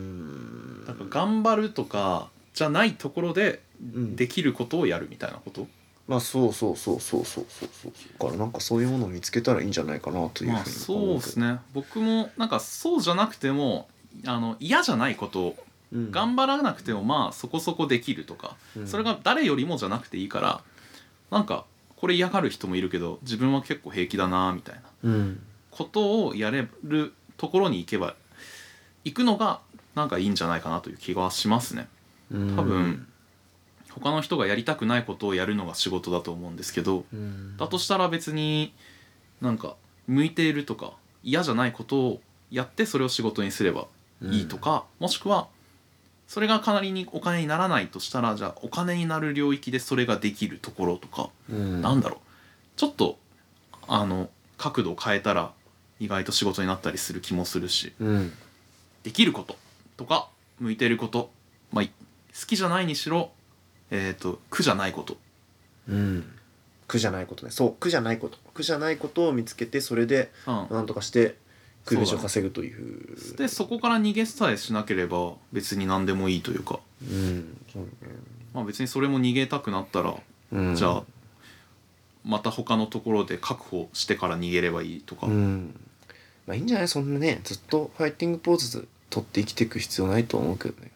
B: ん
A: なんか頑張るとかじゃないところで
B: うん
A: できることをやるみたいなこと
B: まあそうそうそうそうそうそうそうだからなんかそういうものを見つけたらいいんじゃないかなというふうに
A: まあそうですね僕もなんかそうじゃなくてもあの嫌じゃないこと
B: うん
A: 頑張らなくてもまあそこそこできるとか、
B: うん
A: それが誰よりもじゃなくていいからなんかこれ嫌がる人もいるけど自分は結構平気だなみたいな
B: うん
A: ことをやれるところに行けば行くのがなんかいいんじゃないかなという気がしますね。多分他の人がやりたくないことをやるのが仕事だと思うんですけど、
B: うん
A: だとしたら別になんか向いているとか嫌じゃないことをやってそれを仕事にすればいいとか、もしくはそれがかなりにお金にならないとしたらじゃあお金になる領域でそれができるところとか、
B: うん
A: なんだろうちょっとあの角度を変えたら意外と仕事になったりする気もするし
B: うん
A: できることとか向いていること、まあ、好きじゃないにしろ、えー、と苦じゃないこと
B: うん苦じゃないことねそう苦じゃないこと苦じゃないことを見つけてそれで
A: うん
B: なんとかして食い
A: そうだね
B: 飯を稼ぐという
A: でそこから逃げさえしなければ別に何でもいいというか、
B: うんそうね
A: まあ、別にそれも逃げたくなったら、
B: うん
A: じゃあまた他のところで確保してから逃げればいいとか、
B: うんまあいいんじゃないそんなねずっとファイティングポーズ取って生きていく必要ないと思うけどね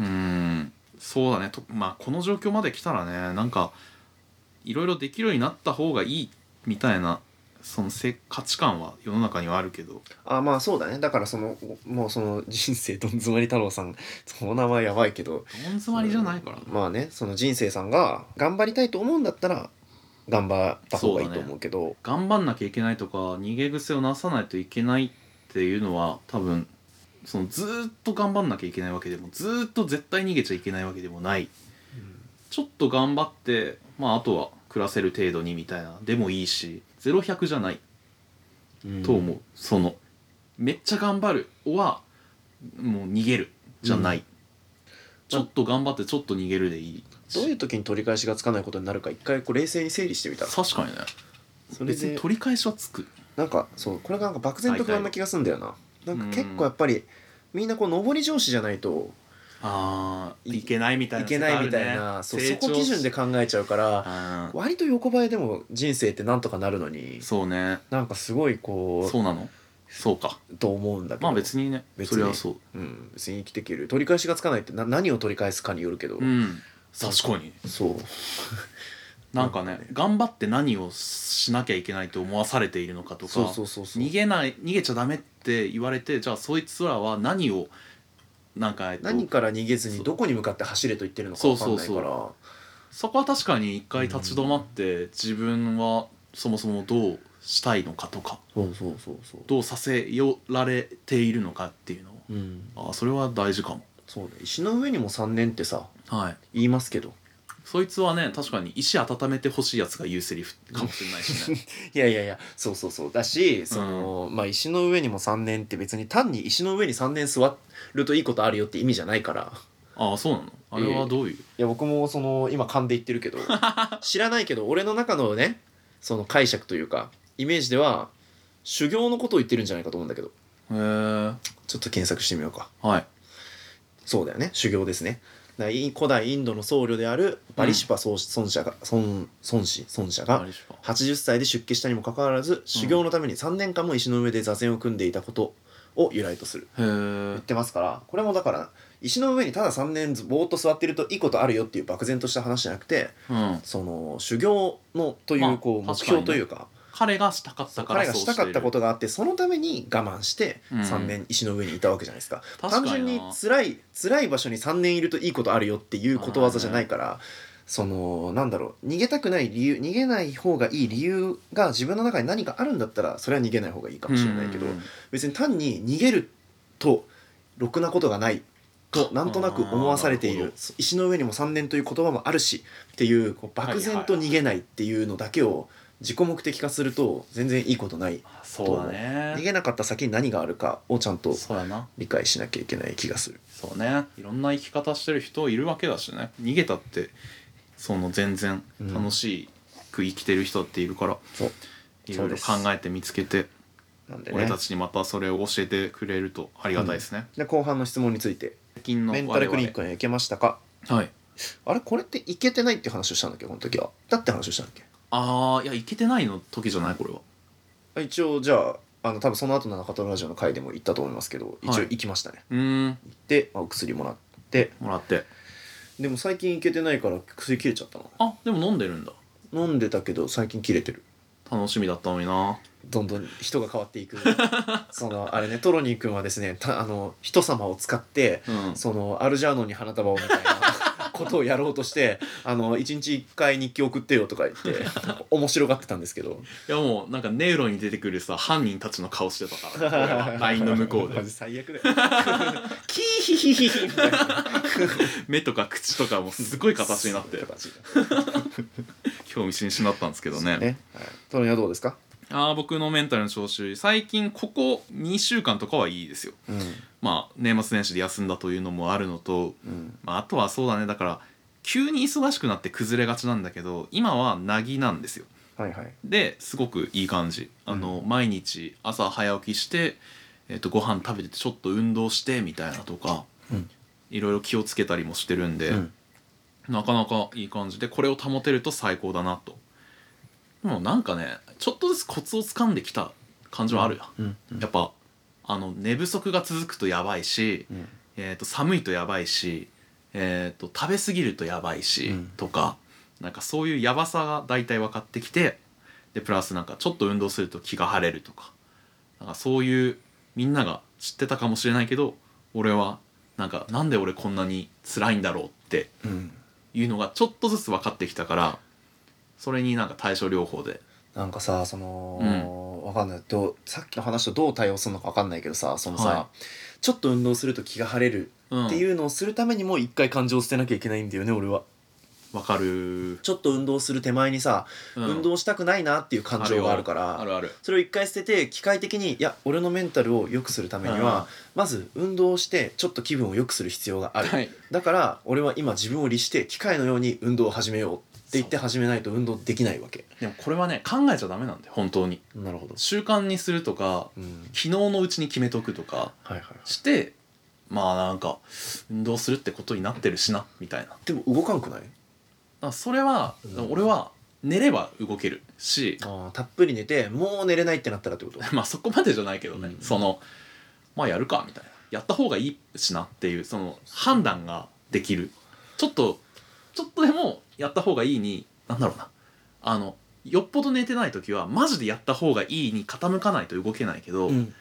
A: うーんそうだねとまあこの状況まで来たらねなんかいろいろできるようになった方がいいみたいなそのせ価値観は世の中にはあるけど
B: あまあそうだねだからそのもうその人生どん詰まり太郎さんその名前やばいけ
A: ど
B: ど
A: ん詰まりじゃないから、
B: まあねその人生さんが頑張りたいと思うんだったら頑張った方がいいと思うけど
A: 頑張んなきゃいけないとか逃げ癖をなさないといけないっていうのは多分そのずーっと頑張んなきゃいけないわけでもずーっと絶対逃げちゃいけないわけでもないちょっと頑張ってまああとは暮らせる程度にみたいなでもいいし0100じゃない
B: うん
A: と思う、そのめっちゃ頑張るはもう逃げるじゃない、ちょっと頑張ってちょっと逃げるでいい
B: どういう時に取り返しがつかないことになるか一回こう冷静に整理してみたら
A: 確かにね
B: それ
A: 別に
B: で
A: 取り返しはつく
B: なんかそうこれがなんか漠然と不安な気がするんだよななんか結構やっぱりみんなこう上り上司じゃないと
A: あーいけないみたい
B: い
A: な
B: けないみたいな、そうそ
A: 成長
B: こ基準で考えちゃうから
A: あー
B: 割と横ばいでも人生ってなんとかなるのに
A: そうね
B: なんかすごいこ
A: そうなのそうか
B: うと思うんだけど、
A: まあ別にね
B: 別に
A: それはそう
B: うん、別に生きていける取り返しがつかないってな何を取り返すかによるけど、
A: うん確かに
B: そう
A: なんかね頑張って何をしなきゃいけないと思わされているのかとか
B: そうそうそうそう
A: 逃げない逃げちゃダメって言われてじゃあそいつらは何をなんか、えっと、
B: 何から逃げずに
A: そう
B: どこに向かって走れと言ってるのか分かんない
A: そうそ
B: か
A: う
B: ら
A: そこは確かに一回立ち止まって、自分はそもそもどうしたいのかとか
B: そうそうそうそう
A: どうさせよられているのかっていうのを
B: うん
A: あーそれは大事かも
B: そうね石の上にも3年ってさ
A: はい
B: 言いますけど
A: そいつはね確かに石温めてほしいやつが言うセリフかもしれないし ね
B: いやいやいやそうそうそうだしその、まあ、石の上にも3年って別に単に石の上に3年座るといいことあるよって意味じゃないから
A: ああそうなのあれはどういう、
B: いや僕もその今勘で言ってるけ ど知らないけど俺の中のねその解釈というかイメージでは修行のことを言ってるんじゃないかと思うんだけど
A: へえ
B: ちょっと検索してみようか
A: はい
B: そうだよね修行ですねだからい古代インドの僧侶であるバリシュパ僧尊者が尊尊師尊者
A: あ
B: が
A: れしか
B: 80歳で出家したにもかかわらず修行のために3年間も石の上で座禅を組んでいたことを由来とする
A: へえ
B: 言ってますからこれもだから石の上にただ3年ぼーっと座ってるといいことあるよっていう漠然とした話じゃなくて
A: うん
B: その修行のとい
A: まあ
B: うこう目
A: 確かにね
B: 標というか
A: 彼がしたかったから
B: 彼がしたかったこととがあってそのために我慢して
A: うん
B: 3年石の上にいたわけじゃないですか
A: 確かに
B: 単
A: な
B: 純に辛い辛い場所に3年いるといいことあるよっていうことわざじゃないからそのなんだろう逃げたくない理由逃げない方がいい理由が自分の中に何かあるんだったらそれは逃げない方がいいかもしれないけど別に単に逃げるとろくなことがないとなんとなく思わされてい
A: あーな
B: る
A: る
B: 石の上にも3年という言葉もあるしっていうこう漠然と逃げないっていうのだけを自己目的化すると全然いいことない
A: そうだ
B: 逃
A: ね
B: げなかった先に何があるかをちゃんと
A: そうやな
B: 理解しなきゃいけない気がする
A: そうねいろんな生き方してる人いるわけだしね逃げたってその全然
B: うん
A: 楽しく生きてる人だっているから、
B: そう
A: いろいろ考えて見つけて、
B: なんで
A: 俺
B: ね
A: たちにまたそれを教えてくれるとありがたいですね、
B: で後半の質問について
A: 最近の
B: メ
A: 我
B: ン
A: 々
B: タルクリニックには行けましたか
A: はい
B: あれこれって行けてないって話をしたんだっけこの時はだって話をしたんだっけ
A: ああいやいけてないの時じゃないこれは
B: あ一応じゃああの多分その後の中トロラジオの回でも行ったと思いますけど一応
A: はい
B: 行きましたね、
A: うーん
B: で、まあ、お薬もらって
A: もらって
B: でも最近行けてないから薬切れちゃったの
A: あでも飲んでるんだ
B: 飲んでたけど最近切れてる
A: 楽しみだったのにな
B: どんどん人が変わって いくそのあれねトロニー君はですねたあの人様を使って
A: うん
B: そのアルジャーノンに花束をみたいなことをやろうとしてあの一日一回日記送ってよとか言って面白がってたんですけど
A: いやもうなんかネウロに出てくるさ犯人たちの顔してた から俺は LINE の向こう
B: マ
A: で
B: ジ最悪だよキーヒヒヒヒみたいな
A: 目とか口とかもすごい形になって
B: 形だ
A: 興味津々だったんですけどね
B: ね、はい、トロニーはどうですか、
A: ああ僕のメンタルの調子最近ここ2週間とかはいいですよ
B: うん
A: まあ年末年始で休んだというのもあるのと
B: うん、
A: まあ、あとはそうだねだから急に忙しくなって崩れがちなんだけど今はなぎなんですよ
B: はいはい
A: ですごくいい感じあの、毎日朝早起きして、えっとご飯食べてちょっと運動してみたいなとか、
B: うん
A: いろいろ気をつけたりもしてるんで、
B: うん
A: なかなかいい感じでこれを保てると最高だなとでもなんかねちょっとずつコツをつかんできた感じはあるよ、
B: うん
A: やっぱあの寝不足が続くとやばいし、
B: うん
A: えー、と寒いとやばいし、えー、と食べ過ぎるとやばいし、
B: うん
A: とかなんかそういうやばさが大体分かってきてでプラスなんかちょっと運動すると気が晴れるとかなんかそういうみんなが知ってたかもしれないけど俺はなんかなんで俺こんなに辛いんだろうって
B: うん
A: いうのがちょっとずつ分かってきたからそれになんか対処療法で
B: なんかさその、わかんないどうさっきの話とどう対応するのかわかんないけどさそのさ、
A: は
B: ちょっと運動すると気が晴れる
A: うん
B: っていうのをするためにも一回感情を捨てなきゃいけないんだよね俺は
A: 分かる、
B: ちょっと運動する手前にさ、
A: うん
B: 運動したくないなっていう感情があるから
A: あるある
B: それを一回捨てて機械的にいや俺のメンタルを良くするためには、まず運動をしてちょっと気分を良くする必要がある、
A: はい
B: だから俺は今自分を律して機械のように運動を始めようって言って始めないと運動できないわけ
A: でもこれはね考えちゃダメなんだよ本当に
B: なるほど
A: 習慣にするとか
B: うん
A: 昨日のうちに決めとくとか
B: はいはいはい
A: してまあなんか運動するってことになってるしなみたいなだか
B: でも動かんくない
A: らそれは、
B: うん
A: 俺は寝れば動けるし
B: あーたっぷり寝てもう寝れないってなったらってこと
A: まあそこまでじゃないけどね、
B: うん
A: そのまあやるかみたいなやった方がいいしなっていうその判断ができるちょっとちょっとでもやった方がいいになんだろうなあのよっぽど寝てない時はマジでやった方がいいに傾かないと動けないけど、
B: うん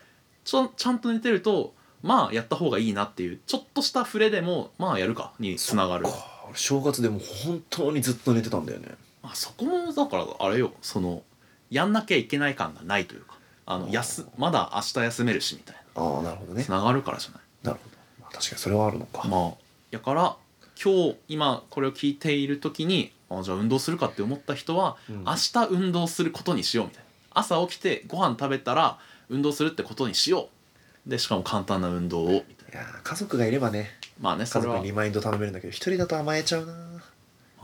A: ちょちゃんと寝てるとまあやった方がいいなっていうちょっとした触れでもまあやるかにつながる
B: か俺正月でも本当にずっと寝てたんだよね
A: まあ、そこもだからあれよそのやんなきゃいけない感がないというかあ
B: あ
A: の
B: ー
A: 休まだ明日休めるしみたい
B: ああなるほど
A: な
B: ね
A: つながるからじゃない
B: なるほど、まあ、確かにそれはあるのか、
A: まあやから今日今これを聞いている時にあじゃあ運動するかって思った人は
B: うん
A: 明日運動することにしようみたいな朝起きてご飯食べたら運動するってことにしようでしかも簡単な運動をみたいない
B: やー家族がいればね
A: まあねそれ
B: 家族
A: は
B: にリマインド頼めるんだけど一人だと甘えちゃうな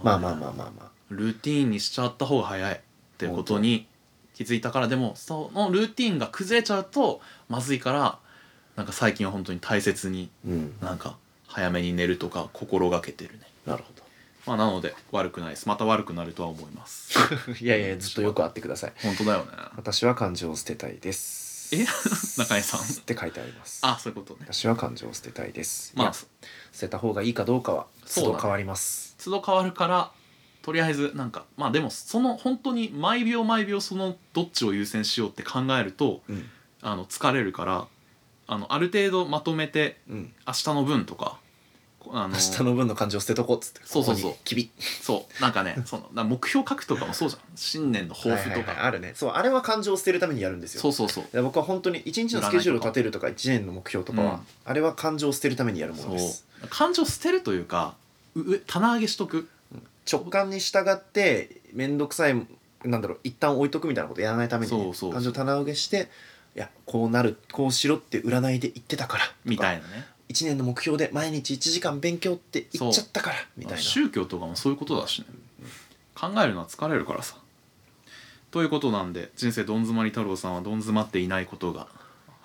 B: まあまあまあまあま
A: ルーティーンにしちゃった方が早いっていうことに気づいたからでもそのルーティーンが崩れちゃうとまずいからなんか最近は本当に大切に
B: あうん
A: なんか早めに寝るとか心がけてるね
B: なるほど
A: まあなので悪くないですまた悪くなるとは思います
B: いやいやずっとよく会ってください
A: 本当だよね
B: 私は感情を捨てたいです
A: え 中井さん
B: って書いてあります
A: あそういうことね
B: 私は感情を捨てたいです
A: ま
B: ま
A: あ
B: あ捨てた方がいいかどうかは
A: そうだ
B: 都
A: ね
B: 度変わります
A: 都度変わるからとりあえずなんかまあでもその本当に毎秒毎秒そのどっちを優先しようって考えると
B: うん
A: あの疲れるからあのある程度まとめて
B: うん
A: 明日の分とかこあの
B: 明日の分の感情を捨てとこうっつって
A: そうそうそう
B: ここにキビッ
A: そうなんかねそのだから目標書くとかもそうじゃん新年の抱負とか、
B: はいはいはいあるねそうあれは感情を捨てるためにやるんですよ
A: そうそうそう
B: いや僕は本当に一日のスケジュールを立てるとか一年の目標とかは、
A: うん
B: あれは感情を捨てるためにやるもの
A: そ
B: です
A: う感情捨てるというかうう棚上げしとく
B: 直感に従って面倒くさいなんだろう一旦置いとくみたいなことやらないためにね、
A: そうそう
B: 感情棚上げしていやこうなるこうしろって占いで言ってたから
A: みた
B: い
A: いなね
B: 1年の目標で毎日1時間勉強って言っちゃったからみたいな
A: 宗教とかもそういうことだしね考えるのは疲れるからさということなんで人生どん詰まり太郎さんはどん詰まっていないことが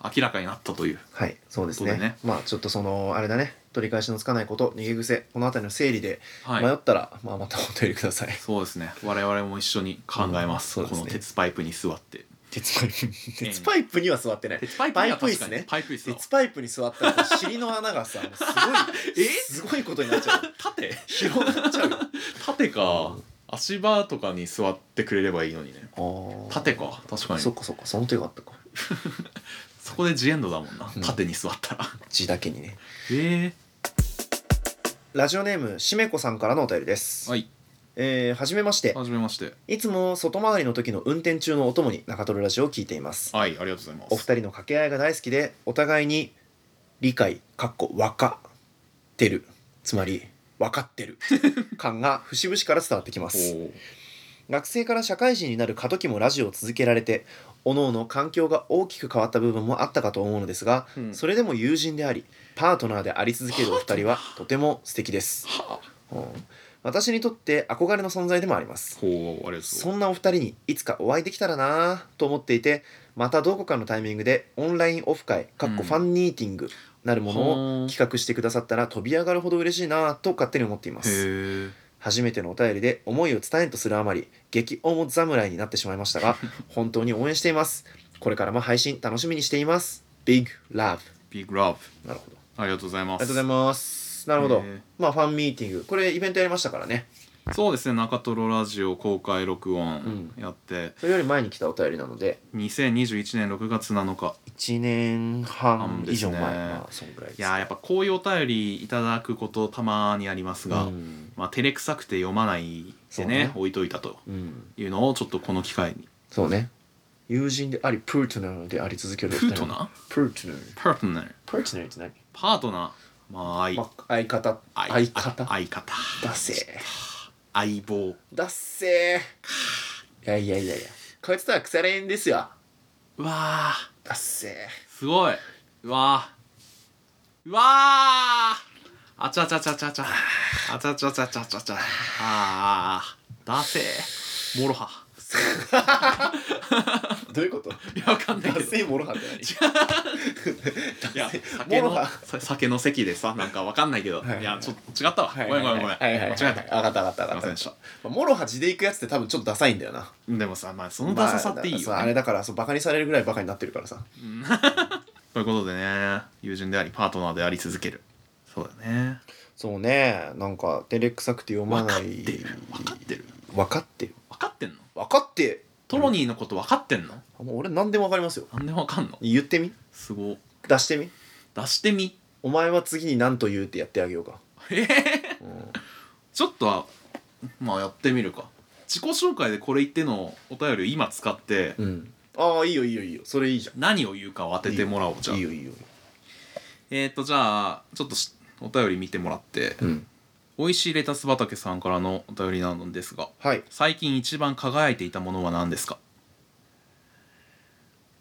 A: 明らかになったという
B: はいそうです
A: そ
B: ね
A: うだね
B: まあちょっとそのあれだね取り返しのつかないこと逃げ癖この辺りの整理で
A: はい
B: 迷ったら、まあ、またお便りください
A: そうですね我々も一緒に考えます,、
B: うんそうです
A: こ
B: ね
A: の鉄パイプに座って
B: 鉄パイプに 鉄パイプには座ってない
A: 鉄パイプには
B: パイプ
A: 確
B: 椅子
A: かに
B: ね
A: パイプ椅子だわ
B: 鉄パイプに座ったら尻の穴 がさもうすごい
A: え
B: すごいことになっちゃう
A: 縦
B: 広がっちゃうよ
A: 縦か、足場とかに座ってくれればいいのにね縦
B: か
A: か確かにそ
B: そっかそっかその手があったか
A: こでジエンドだもんな
B: うん
A: 縦に座ったら
B: 字だけにね
A: え
B: ラジオネームしめこさんからのお便りです、
A: ー、はい
B: えーはじめまして
A: はじめまして
B: いつも外回りの時の運転中のお供に中トロラジオを聞いています
A: はいありがとうございます
B: お二人の掛け合いが大好きでお互いに理解かっこ分かってるつまり分かって る感が節々から伝わってきます
A: おー
B: 学生から社会人になる過渡期もラジオを続けられて各々環境が大きく変わった部分もあったかと思うのですが、
A: うん
B: それでも友人でありパートナーであり続けるお二人は
A: パートナー
B: とても素敵です、
A: はあ
B: うん私にとって憧れの存在でもあります
A: ほうありがとうございます
B: そんなお二人にいつかお会いできたらなぁと思っていてまたどこかのタイミングでオンラインオフ会かっこ
A: うん
B: ファンミーティングなるものを
A: の
B: 企画してくださったら飛び上がるほど嬉しいなぁと勝手に思っています
A: へえ
B: 初めてのお便りで思いを伝えんとするあまり激重侍になってしまいました が本当に応援していますこれからも配信楽しみにしています Big Love
A: ビッグラブ
B: なるほど
A: ありがとうござい
B: あ
A: ま
B: りがと
A: す
B: うございますなるほど
A: へー
B: まあファンミーティングこれイベントやりましたからね
A: そうですね中トロラジオ公開録音
B: う
A: やって、
B: それより前に来たお便りなので
A: 2021年6月7日
B: 1年半以上前、
A: 半ですね
B: まあそんぐらいです
A: いやーやっぱこういうお便りいただくことたまにありますが、
B: うん
A: まあ照れくさくて読まない
B: そ
A: で
B: う
A: ね
B: ね
A: 置いといたと
B: うん
A: いうのをちょっとこの機会に
B: そうね友人でありプートナーであり続ける
A: プートナー
B: プートナー
A: パートナー
B: プートナーって何、
A: パートナーまあ相、
B: まあ、相方
A: 相
B: 相方
A: 相方
B: だせ
A: 相棒
B: だっせーいやいやいやいやこいつとは腐れ縁ですよ
A: うわー
B: だっせー
A: すごいうわーうわーあちゃちゃちゃちゃちゃあちゃちゃちゃちゃちゃちゃあーだせーもろは
B: どういうこと
A: いやわかんない
B: だ
A: け
B: っ
A: ど
B: せーもろはって
A: いや
B: も
A: 酒
B: ろ
A: の
B: は
A: さ酒の席でさなんかわかんないけど
B: はい
A: いやちょっと違ったわ ご
B: 何
A: めんごめんごめん
B: はいはいはい
A: 間違
B: はい
A: えたすい
B: 分かった分かった分か
A: ま
B: っ
A: せん
B: た
A: でし
B: まあもろは地で行くやつって多分ちょっとダサいんだよな
A: たでもさまあそのダサさっていい
B: まあ
A: よ
B: あれ
A: ね
B: だからそうバカにされるぐらいバカになってるからさ
A: ということでね友人でありパートナーであり続けるそうだね
B: そうねなんか照れくさくて読ま
A: 分
B: な
A: かっ
B: い
A: てる分かってる
B: 分か
A: 分か
B: ってる
A: ってんの
B: 分かって
A: トロニーのこと分かってんの
B: あもう俺何でも分かりますよ
A: なんで分かんの
B: 言ってみ
A: すご
B: 出してみ
A: 出してみ
B: お前は次に何と言うってやってあげようか、
A: えー
B: うん
A: ちょっとはまあやってみるか自己紹介でこれ言ってのお便りを今使って
B: うん、ああいいよいいよいいよそれいいじゃん
A: 何を言うかを当ててもらおうじゃあ
B: いいよいいよ、
A: えっ、ー、とじゃあちょっとしお便り見てもらって、
B: うん、
A: 美味しいレタス畑さんからのお便りなのですが
B: はい
A: 最近一番輝いていたものは何ですか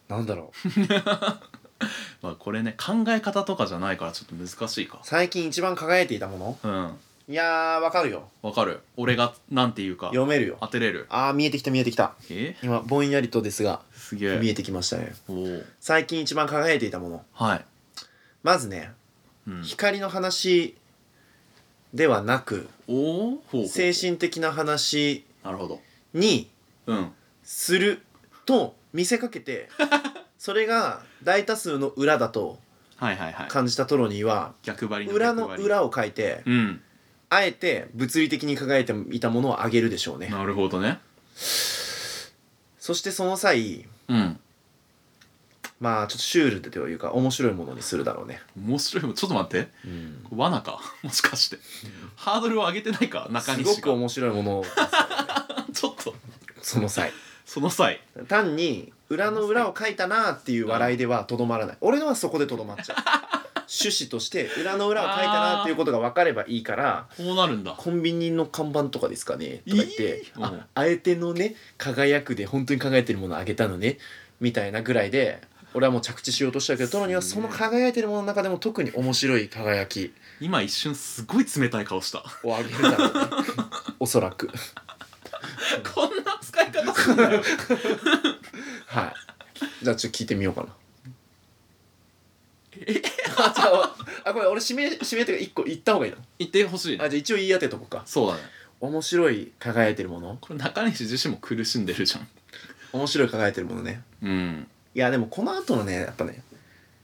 B: なんだろう
A: まあこれね考え方とかじゃないからちょっと難しいか
B: 最近一番輝いていたもの
A: うん
B: いやーわかるよ
A: わかる俺がなんていうか
B: 読めるよ
A: 当てれる
B: あー見えてきた見えてきた
A: え
B: 今ぼんやりとですが
A: すげ
B: 見
A: え
B: えてきましたね
A: おー
B: 最近一番輝いていたもの
A: はい、
B: まずね
A: うん、
B: 光の話ではなく
A: おおほうほう
B: 精神的な話
A: なるほど
B: に
A: うん
B: すると見せかけ てそれが大多数の裏だと
A: はいはいはい
B: 感じたトロニーは
A: 逆張り
B: 裏の
A: 逆張り
B: 裏を書いて
A: うん
B: あえて物理的に輝いていたものをあげるでしょうね
A: なるほどね
B: そしてその際
A: うん
B: まあちょっとシュールでというか面白いものにするだろうね、
A: 面白いもんちょっと待って罠か もしかしてハードルを上げてないか中
B: す
A: 西
B: ご
A: が
B: く面白いもの を
A: ちょっと
B: その際
A: その際
B: 単に裏の裏を書いたなっていう笑いではとどまらない俺のはそこでとどまっちゃう趣旨として裏の裏を書いたなっていうことが分かればいいから
A: こうなるんだ
B: コンビニの看板とかですかねとか言って、
A: いいうん
B: ああえてのね輝くで本当に輝いてるものをあげたのねみたいなぐらいで俺はもう着地しようとしたけどトロニーはその輝いてるものの中でも特に面白い輝き
A: 今一瞬すごい冷たい顔 した
B: をあげるだろうねおそらく
A: こんな使い方すんだよ
B: はいじゃあちょっと聞いてみようかなあじゃああこれ俺指名指名というか一個言った方がいいの
A: 言ってほしいね
B: あじゃあ一応言い当てとこうか
A: そうだね
B: 面白い輝いてるもの
A: これ中西自身も苦しんでるじゃん
B: 面白い輝いてるものね
A: うん
B: いやでもこの後のねやっぱね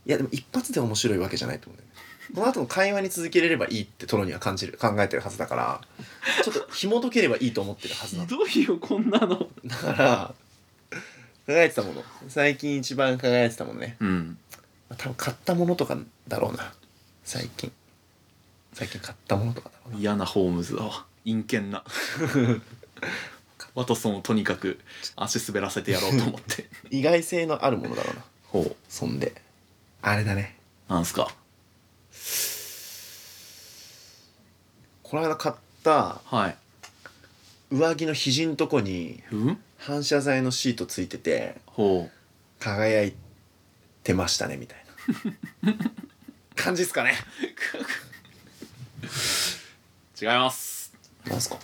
B: いやでも一発で面白いわけじゃないと思うんだよねこの後の会話に続けれればいいってトロには感じる考えてるはずだからちょっと紐解ければいいと思ってるはず
A: ひ
B: なの
A: どいよこんなの
B: だから輝いてたもの最近一番輝いてたものね
A: うん
B: 多分買ったものとかだろうな最近最近買ったものとかだろうな
A: 嫌なホームズだわ陰険 なワトソンをとにかく足滑らせてやろうと思って
B: 意外性のあるものだろうな
A: ほう
B: そんであれだね
A: なんすか
B: この間買った
A: はい
B: 上着の肘のとこに
A: うん
B: 反射材のシートついてて
A: ほう
B: 輝いてましたねみたい な感じですかね
A: 違います
B: なんすか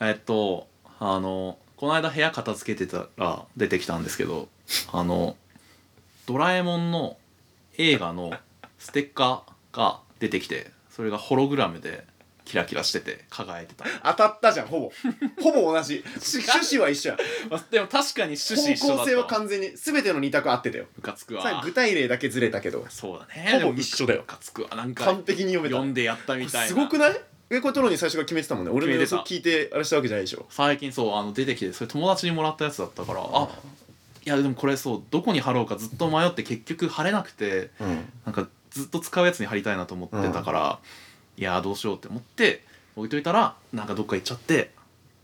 A: えっとあのこの間部屋片付けてたら出てきたんですけどあのドラえもんの映画のステッカーが出てきてそれがホログラムでキラキラしてて輝いてた、
B: 当たったじゃんほぼほぼ同 じ趣旨は一緒や
A: まあでも確かに趣旨一緒だっ
B: 方向性
A: た
B: は
A: わ
B: 完全に全ての二択合ってたよ
A: ムカつくわ
B: さあ具体例だけずれたけど
A: そうだね
B: ほぼ一緒だよ
A: ムカつくわなんか
B: 完璧に読めた
A: 読んでやったみたいな
B: すごくないえこれトロに最初から決めてたもんね俺
A: 決
B: の予
A: めてた
B: 想聞いてあれしたわけじゃないでしょ
A: 最近そうあの出てきてそれ友達にもらったやつだったからあいやでもこれそうどこに貼ろうかずっと迷って結局貼れなくて
B: うん
A: なんかずっと使うやつに貼りたいなと思ってたから、いやーどうしようって思って置いといたらなんかどっか行っちゃって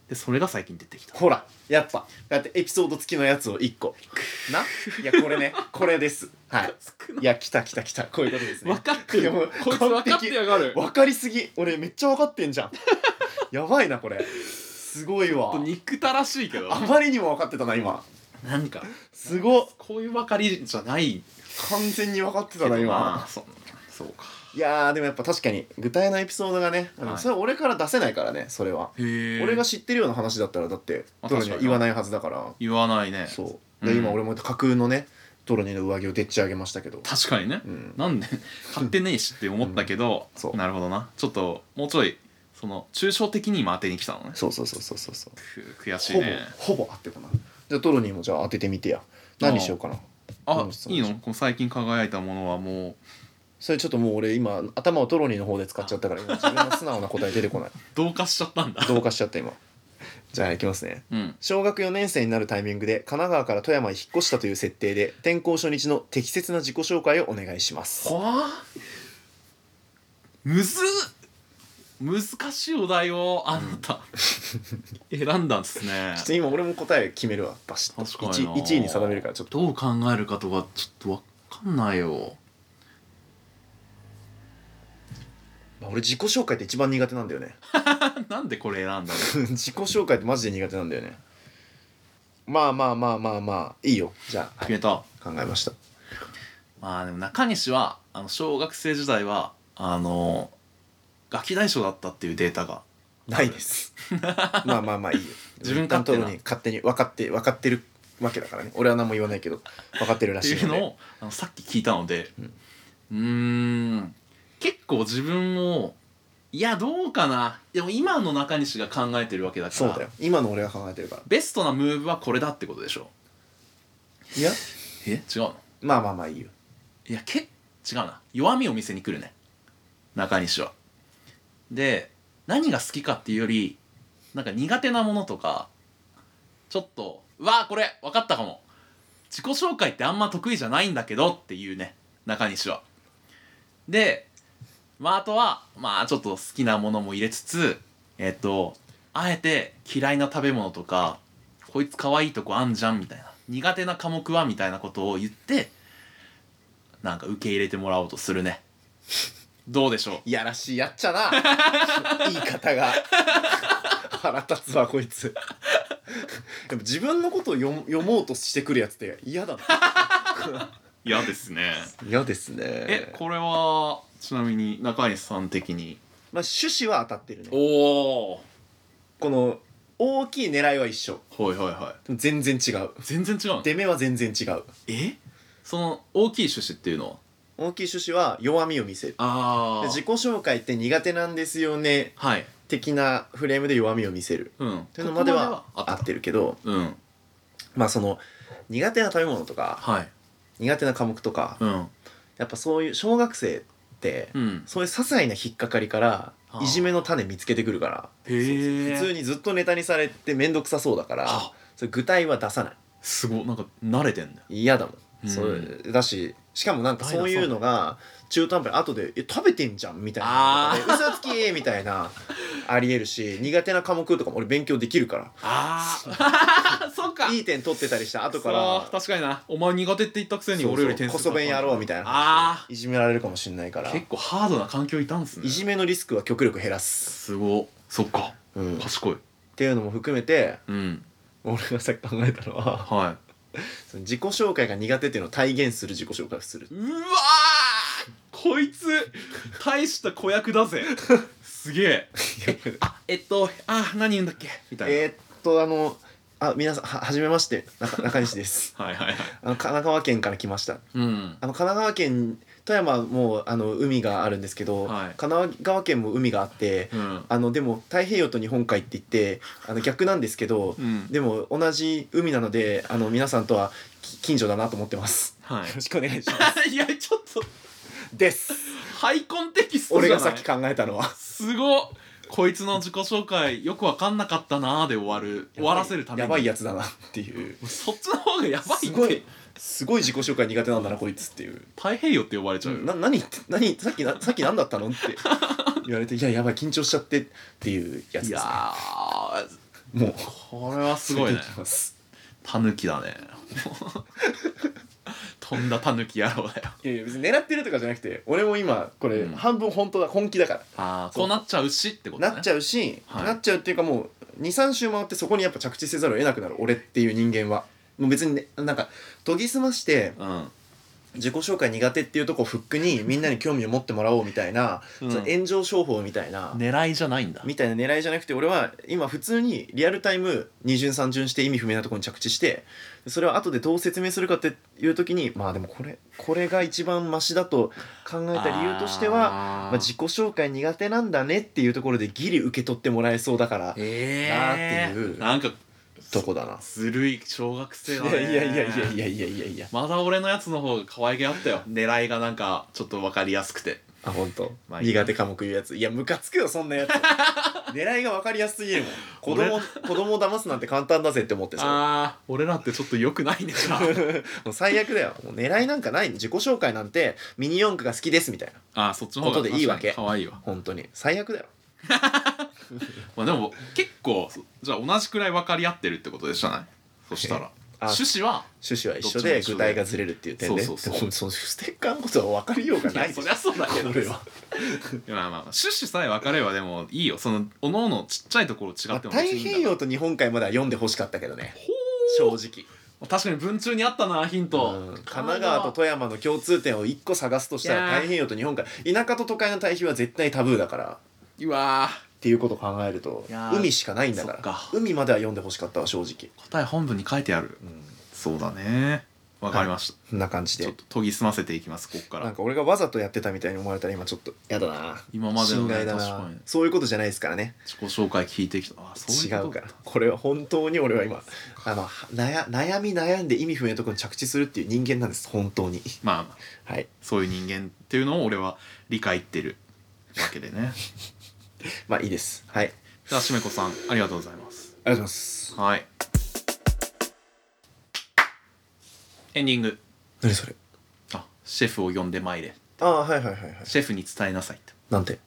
A: でそれが最近出てきた
B: ほらやっぱだってエピソード付きのやつを1個ないやこれね これですはいいや来た来た来たこういうことですね
A: 分かってる
B: いやもう
A: こいつ分かってやがる
B: わかりすぎ俺めっちゃ分かってんじゃんやばいなこれすごいわ
A: ほんと憎たらしいけど
B: あまりにも分かってたな今
A: なんか
B: すごっ
A: こういうばかりじゃない
B: 完全に分かって
A: け
B: たな
A: ど
B: 今
A: なそうそうか
B: いやーでもやっぱ確かに具体のエピソードがね、あの
A: はい
B: それは俺から出せないからねそれは、
A: へえ
B: 俺が知ってるような話だったらだって
A: あ
B: トロに
A: 確
B: は
A: かに
B: 言わないはずだから
A: 言わないね
B: そうで、
A: うん
B: 今俺も架空のねトロニーの上着をでっち上げましたけど
A: 確かにね、
B: うん
A: なんで買ってねえしって思ったけど、
B: うんそう
A: なるほどなちょっともうちょいその抽象的に今当てに来たのね
B: そうそうそうそうそうそ
A: く
B: う
A: 悔しい
B: ほぼ
A: ね
B: ほぼ合ってたなじゃあトロニーもじゃあ当ててみてや何にしようかな
A: あ
B: の質問
A: いいのこの最近輝いたものはもう
B: それちょっともう俺今頭をトロニーの方で使っち ゃったから今自分の素直な答え出てこない
A: 同化しちゃったんだ
B: 同化しちゃった今じゃあいきますね
A: うん
B: 小学4年生になるタイミングで神奈川から富山へ引っ越したという設定で転校初日の適切な自己紹介をお願いします
A: はあむずっ難しいお題をあなた、選んだんですね
B: ちょっと今俺も答え決めるわバシッと
A: 確かに
B: 1, 位に定めるからちょっと
A: どう考えるかとかちょっとわかんないよ
B: まあ俺自己紹介って一番苦手なんだよね
A: なんでこれ選んだの
B: 自己紹介ってマジで苦手なんだよねまあまあまあまあまあいいよじゃあ、は
A: 決
B: い
A: めた
B: 考えました
A: まあでも中西はあの小学生時代はあのガキ大将だったっていうデータが
B: ないです まあまあまあいいよ
A: 自分勝手な
B: 担当に勝手に分かって分かってるわけだからね俺は何も言わないけど分かってるら
A: って
B: しい
A: いう
B: ので
A: のをあのさっき聞いたので
B: う
A: うんーん結構自分をいやどうかなでも今の中西が考えてるわけだか
B: そう
A: ら
B: だよ今の俺が考えてるから
A: ベストなムーブはこれだってことでしょ
B: いや
A: え違うの
B: まあまあまあいいよ
A: いやけ違うな弱みを見せに来るね中西はで何が好きかっていうよりなんか苦手なものとかちょっと「うわあこれ分かったかも自己紹介ってあんま得意じゃないんだけど」っていうね中西はでまああとはまあちょっと好きなものも入れつつえっとあえて嫌いな食べ物とかこいつ可愛いとこあんじゃんみたいな苦手な科目はみたいなことを言ってなんか受け入れてもらおうとするね どうでしょう
B: いやらしいやっちゃ な言い方が腹立つわこいつでも自分のことを読読もうとしてくるやつって嫌だな
A: 嫌ですね
B: 嫌ですね
A: えこれはちなみに中西さん的に
B: まあ趣旨は当たってるね
A: おお
B: この大きい狙いは一緒
A: はいはいは
B: でも全然違う
A: い全然違うの
B: 出目は全然違う
A: えその大きい趣旨っていうのは
B: 大きい趣旨は弱みを見せる
A: あ
B: で自己紹介って苦手なんですよね
A: はい
B: 的なフレームで弱みを見せる
A: うん
B: というのまでは
A: ここまで
B: 合
A: あっ
B: ってるけど
A: たうん
B: まあその苦手な食べ物とか
A: はい
B: 苦手な科目とか
A: うん
B: やっぱそういう小学生って
A: うん
B: そういう些細な引っかかりから
A: あー
B: いじめの種見つけてくるから
A: へえ
B: 普通にずっとネタにされて面倒くさそうだから
A: あ
B: それ具体は出さない
A: すごいなんか慣れてんだよ
B: 嫌だもん、
A: うん
B: それだししかもなんかそういうのが中途半端に後で「え食べてんじゃん」みたいな
A: あ
B: 「嘘つき!」みた いなありえるし苦手な科目とかも俺勉強できるから
A: ああ そっか
B: いい点取ってたりした後
A: そ
B: か
A: う
B: ら
A: 確かになお前苦手って言ったくせに俺より点数
B: こそ弁やろうみたいな
A: あ
B: いじめられるかもしれないか
A: あ
B: ら
A: 結構ハードな環境いたんすね
B: いじめのリスクは極力減らす、
A: すごっそっか
B: うん、っ
A: 賢い
B: ていうのも含めて
A: うん
B: 俺がさっき考えたのは
A: は
B: その自己紹介が苦手っていうのを体現する自己紹介をする
A: いうわーこいつ大した子役だぜすげえあえっとあ何言うんだっけみたいな、
B: えーっとあのあ皆さんははじめまして中中西です
A: はいはいはい
B: あの神奈川県から来ました
A: うん
B: あの神奈川県富山もあの海があるんですけど、
A: はい
B: 神奈川県も海があって
A: うん
B: あのでも太平洋と日本海って言ってあの逆なんですけど
A: うん
B: でも同じ海なのであの皆さんとはき近所だなと思ってます
A: は
B: よろしくお願いしま す
A: いいやちょっと
B: です
A: ハイコンテキストじ
B: 俺
A: ゃない
B: がさっき考えたのは
A: すごっこいつの自己紹介よくわかんなかったなーで終わる終わらせるために
B: やばいやつだなっていう
A: そっちの方がやばい
B: す
A: っ
B: ご
A: て
B: いすごい自己紹介苦手なんだなこいつっていう
A: 太平洋って呼ばれちゃうよ、
B: な何言って何さっきなさっき何だった のって言われていややばい緊張しちゃってっていうやつ
A: い
B: で
A: や
B: す、
A: ー
B: ね、もう
A: これはすごいね
B: ついてき ます
A: タヌキだね 飛んだタヌキ野郎だよ
B: いやいや別に狙ってるとかじゃなくて俺も今これ
A: うん
B: 半分本当だ本気だから、
A: ああ
B: そ
A: こ
B: う
A: うなっちゃうしってことね
B: なっちゃうし、
A: はい
B: なっちゃうっていうかもう23周回ってそこにやっぱ着地せざるを得なくなる俺っていう人間はもう別にねなんか研ぎ澄まして
A: うん
B: 自己紹介苦手っていうとこをフックにみんなに興味を持ってもらおうみたいな、
A: うん
B: その炎上商法みたいな、
A: 狙いじゃないんだ
B: みたいな狙いじゃなくて俺は今普通にリアルタイム二巡三巡して意味不明なところに着地してそれを後でどう説明するかっていう時にまあでもこれこれが一番マシだと考えた理由としては
A: あー
B: まあ、自己紹介苦手なんだねっていうところでギリ受け取ってもらえそうだから
A: え
B: なーっていう
A: なんか
B: とこだな。
A: ずるい小学生だ
B: い
A: ね
B: やいやいやいやいやいやいやいや
A: まだ俺のやつの方が可愛げあったよ狙いがなんかちょっと分かりやすくて
B: あ本当、
A: まあいい
B: 苦手科目言うやついやムカつくよそん なやつ狙いが分かりやすすぎるもん子供
A: 俺
B: 子供を騙すなんて簡単だぜって思ってさ
A: ああ俺らってちょっと良くないねじゃ
B: もう最悪だよもう狙いなんかない自己紹介なんてミニ四駆が好きですみたいな
A: ああーそっちの方が
B: ことでいいわけ
A: 確かに可愛いわ
B: 本当に最悪だよ
A: まあでも結構じゃあ同じくらい分かり合ってるってことでじゃないそしたら
B: あ
A: 趣旨は
B: 趣旨は
A: どっ
B: 一緒で
A: ちも一緒で
B: 具体がずれるっていう点ね
A: そうそうそう
B: でもそのステッカーのことは分かりようが
A: い
B: な
A: や
B: い
A: そりゃそうだ けど
B: 俺
A: ま
B: は
A: あまあまあ趣旨さえ分かればでもいいよそのおののちっちゃいところ違って
B: まあ
A: も別
B: 太
A: にいいんだ
B: 平洋と日本海までは読んでほしかったけどね正直
A: 確かに文中にあったなヒント、
B: うん神奈川と富山の共通点を一個探すとした
A: い
B: ら
A: やー
B: 太平洋と日本海田舎と都会の対比は絶対タブーだから
A: うわ
B: っていうことを考えると
A: いやー
B: 海しかないんだから
A: そっか
B: 海までは読んでほしかったわ正直、
A: ー答え本文に書いてある
B: うん、
A: そうだねわかりました、
B: そんな感じ
A: ちょ
B: で
A: っと研ぎ澄ませていきますここか
B: な
A: ら
B: んか俺がわざとやってたみたいに思われたら今ちょっとやだな
A: 今までの
B: 心
A: ね
B: 外だ
A: 確か
B: な
A: に
B: そういうことじゃないですからね
A: 自己紹介聞いてきたあそう
B: 違
A: いう
B: う
A: こと
B: からこれは本当に俺は今あの悩悩み悩んで意味不明のところに着地するっていう人間なんです本当に
A: まあまあ
B: はい
A: そういう人間っていうのを俺は理解ってるわけでね
B: まあいいですはいありが
A: じゃあしめこさんありがとうございます
B: とうございます
A: はいエンディング
B: 何それ
A: あシェフを呼んでまいれ
B: ああはいはいはいはい
A: シェフに伝えなさいと
B: なんて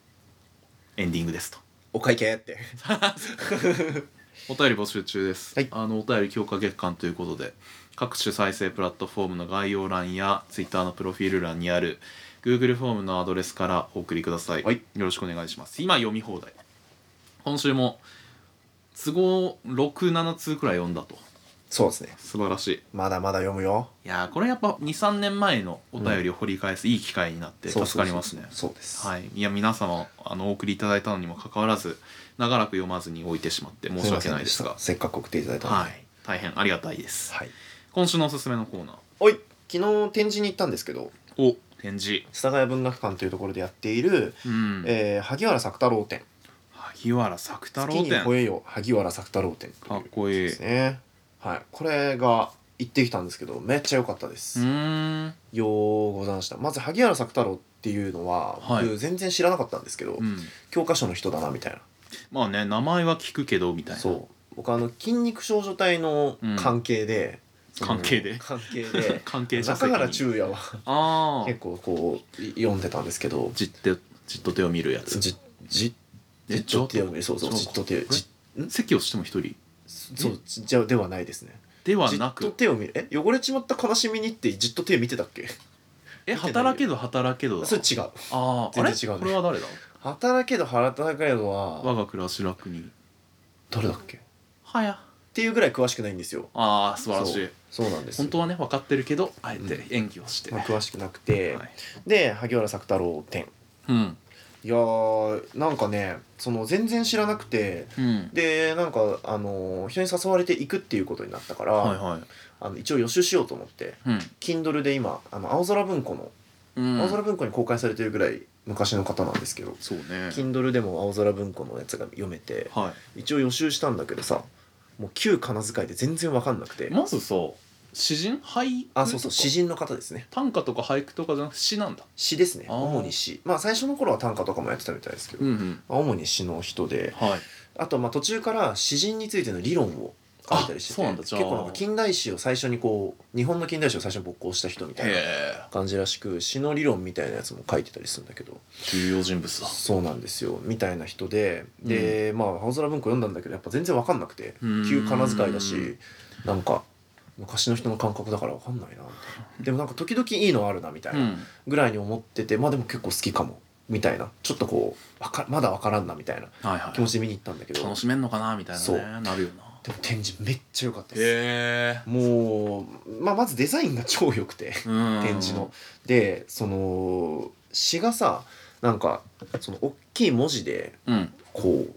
A: エンディングですと
B: お会計って
A: お便り募集中です、
B: はい
A: あのお便り強化月間ということで各種再生プラットフォームの概要欄や Twitter のプロフィール欄にある Google フォームのアドレスからお送りください、
B: はい
A: よろしくお願いします今読み放題今週も都合6-7通くらい読んだと
B: そうですね
A: 素晴らしい
B: まだまだ読むよ
A: いやーこれやっぱ23年前のお便りを掘り返すいい機会になって助かりますね
B: そうそうそうそうです
A: はい、いや皆様あのお送りいただいたのにもかかわらず長らく読まずに置いてしまって申し訳ないです
B: ません
A: が
B: でしたせっかく送っていただいたので
A: はい、大変ありがたいです
B: はい、
A: 今週のおすすめのコーナー
B: おい昨日展示に行ったんですけど
A: お展示
B: 蔦ヶ谷文学館というところでやっている、
A: うん、
B: えー萩原作太郎展
A: 萩原作太郎
B: 月に
A: 展
B: 吠えよ萩原作太郎展という
A: かっこいい
B: ですねはいこれが行ってきたんですけどめっちゃ良かったで
A: う
B: す、
A: ーん
B: ようございましたまず萩原作太郎っていうのは、
A: はい
B: 僕全然知らなかったんですけど、
A: うん
B: 教科書の人だなみたいな
A: まあね名前は聞くけどみたいな
B: そう僕あの筋肉少女隊の関係で、その
A: 関係で
B: 関係 で
A: 関係者席
B: 中
A: に
B: 原中也は
A: ああ
B: 結構こうい読んでたんですけど
A: じっとじっと手を見るやつ
B: じじ
A: え
B: じっと手を見るそうそう
A: ち
B: じ
A: ょ
B: っ
A: っと
B: と手
A: え
B: じん
A: 席をしても一人
B: そうじじゃではないですね
A: では
B: じっ
A: な
B: と
A: く
B: 手を見るえ汚れちまった悲しみにってじっと手見てたっけ
A: え
B: 見てないよ
A: 働けど働けどだ
B: それ違う
A: あああれ
B: 全然違うね
A: これは誰だ
B: 働けど働けど
A: 我
B: は
A: が暮らし楽に
B: 誰だっけっ
A: はや
B: ていうぐらい詳しくないんですよ
A: ああ素晴らしい
B: そうそうなんです
A: 本当はね分かってるけどあえて
B: う
A: 演技をして、
B: まあ、詳しくなくて、
A: はい
B: で萩原作太郎展
A: うん
B: いやーなんかねその全然知らなくて
A: うん
B: でなんかあのー人に誘われていくっていうことになったから、
A: はいはい
B: あの一応予習しようと思って
A: うん、
B: Kindle で今あの青空文庫の、
A: うん、
B: 青空文庫に公開されてるぐらい昔の方なんですけど、
A: そうね
B: Kindle でも青空文庫のやつが読めて
A: は
B: 一応予習したんだけどさもう旧仮名遣いで全然わかんなくて
A: いまずさ詩人俳句
B: あそうそう
A: とか
B: 詩人の方ですね
A: 短歌とか俳句とかじゃなくて詩なんだ
B: 詩ですね
A: あー
B: 主に詩まあ最初の頃は短歌とかもやってたみたいですけど、
A: んうん
B: まあ主に詩の人で
A: はい
B: あとまあ途中から詩人についての理論を書いたりして
A: あそ
B: て
A: うなんだじ
B: 結
A: ゃあ
B: 構なんか近代史を最初にこう日本の近代史を最初に勃興した人みたいな
A: え
B: 感じらしく詩の理論みたいなやつも書いてたりするんだけど
A: 重要人物だ
B: そうなんですよみたいな人でで、まあ青空文庫読んだんだけどやっぱ全然わかんなくて
A: うーん
B: 旧仮名遣いだしなんか昔の人の感覚だからわかんないなみたいなでもなんか時々いいのあるなみたいうなんぐらいに思っててまあでも結構好きかもみたいなちょっとこうわかまだわからんなみたいな
A: はいは
B: 気持ちで見に行ったんだけ
A: い
B: ど
A: 楽しめんのかなみたいなね
B: そう
A: なるよな
B: でも展示めっちゃ良かったです
A: へ
B: もう、まあ、まずデザインが超良くて
A: えうん
B: 展示のでその詩がさなんかその大きい文字で
A: うん
B: こう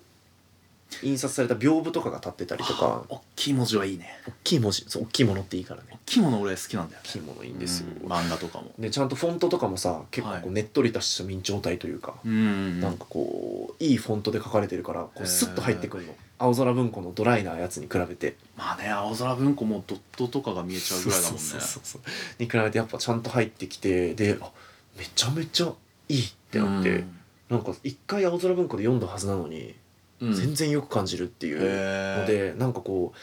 B: 印刷された屏風とかが立ってたりとか
A: 大きい文字はいいね
B: 大きい文字そう大きいものっていいからね
A: 大きいもの俺好きなんだよ
B: 大きいものいいんですよ、
A: うん漫画とかも
B: でちゃんとフォントとかもさ結構
A: は
B: こ
A: いう
B: ねっとりとした明朝体というか、
A: うん
B: なんかこういいフォントで書かれてるからこ
A: へー
B: うスッと入ってくるの青空文庫のドライなやつに比べて
A: まあね青空文庫もドットとかが見えちゃうぐらいだもんね
B: そうそうそうそうに比べてやっぱちゃんと入ってきてであめちゃめちゃいいってなって、
A: うん
B: なんか一回青空文庫で読んだはずなのに、
A: うん
B: 全然よく感じるっていうの
A: へえ
B: でなんかこう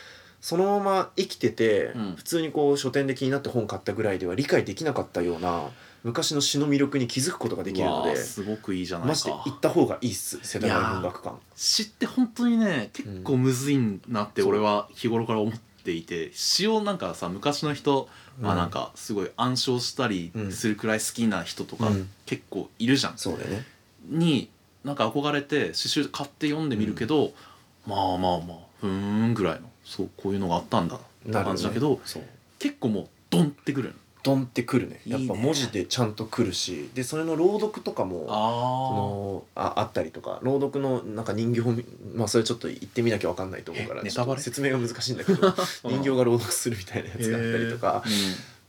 B: そのまま生きてて、
A: うん
B: 普通にこう書店で気になって本買ったぐらいでは理解できなかったような昔の詩の魅力に気づくことができるの
A: うわー
B: です
A: ごくいいじゃない
B: マジで
A: か
B: 行った方がいいっす世代文学館
A: 知って本当にね結構むずいなって俺は日頃から思ってっていて詩をなんかさ昔の人はなんかすごい暗唱したりするくらい好きな人とか
B: うん
A: 結構いるじゃん。
B: そうだよね
A: になんか憧れて詩集買って読んでみるけど、まあまあまあふーんぐらいのそうこういうのがあったんだって
B: なるほ
A: 感じだけど
B: そう
A: 結構もうドンってくる
B: ドンってくるねやっ
A: いい
B: ぱ
A: ね
B: 文字でちゃんとくるしでそれの朗読とかもそ
A: あ
B: のああったりとか朗読のなんか人形みまあそれちょっと言ってみなきゃ分かんないと思うから
A: えネ
B: ちょ
A: タ
B: っ
A: バ
B: と
A: レ
B: 説明が難しいんだけ ど人形が朗読するみたいなやつがあったりとか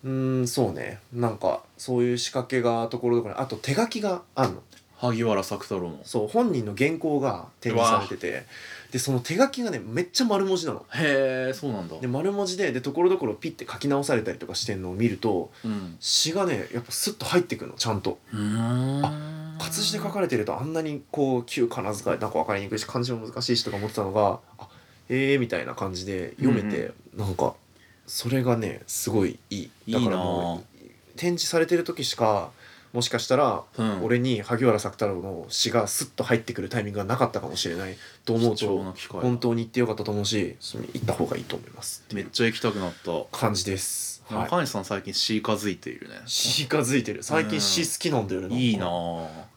B: うーんそうねなんかそういう仕掛けがところどころにあと手書きがあるの
A: 萩原作太郎の
B: そう本人の原稿が展示されててでその手書きがねめっちゃ丸文字なの。
A: へえそうなんだ
B: で丸文字ででところどころピッて書き直されたりとかしてんのを見ると
A: うん
B: 詩がねやっぱスッと入ってくるのちゃんと
A: うーん
B: 活字で書かれてるとあんなにこう旧仮名遣いなんか分かりにくいし漢字も難しいしとか思ってたのがあええー、みたいな感じで読めて、なんかそれがねすごいいいだからもう展示されてる時しかもしかしたら
A: うん
B: 俺に萩原作太郎の詩がスッと入ってくるタイミングがなかったかもしれないと思う
A: 貴重
B: と
A: な機会だ
B: 本当に行ってよかったと思うしそれに行った方がいいと思いますって
A: め
B: い
A: っ
B: う
A: ちゃ行きたくなった
B: 感じです。はい
A: 中西さん最近詩かづいているね
B: 詩がづいてる最近詩好きなんだよねんか
A: いいなあ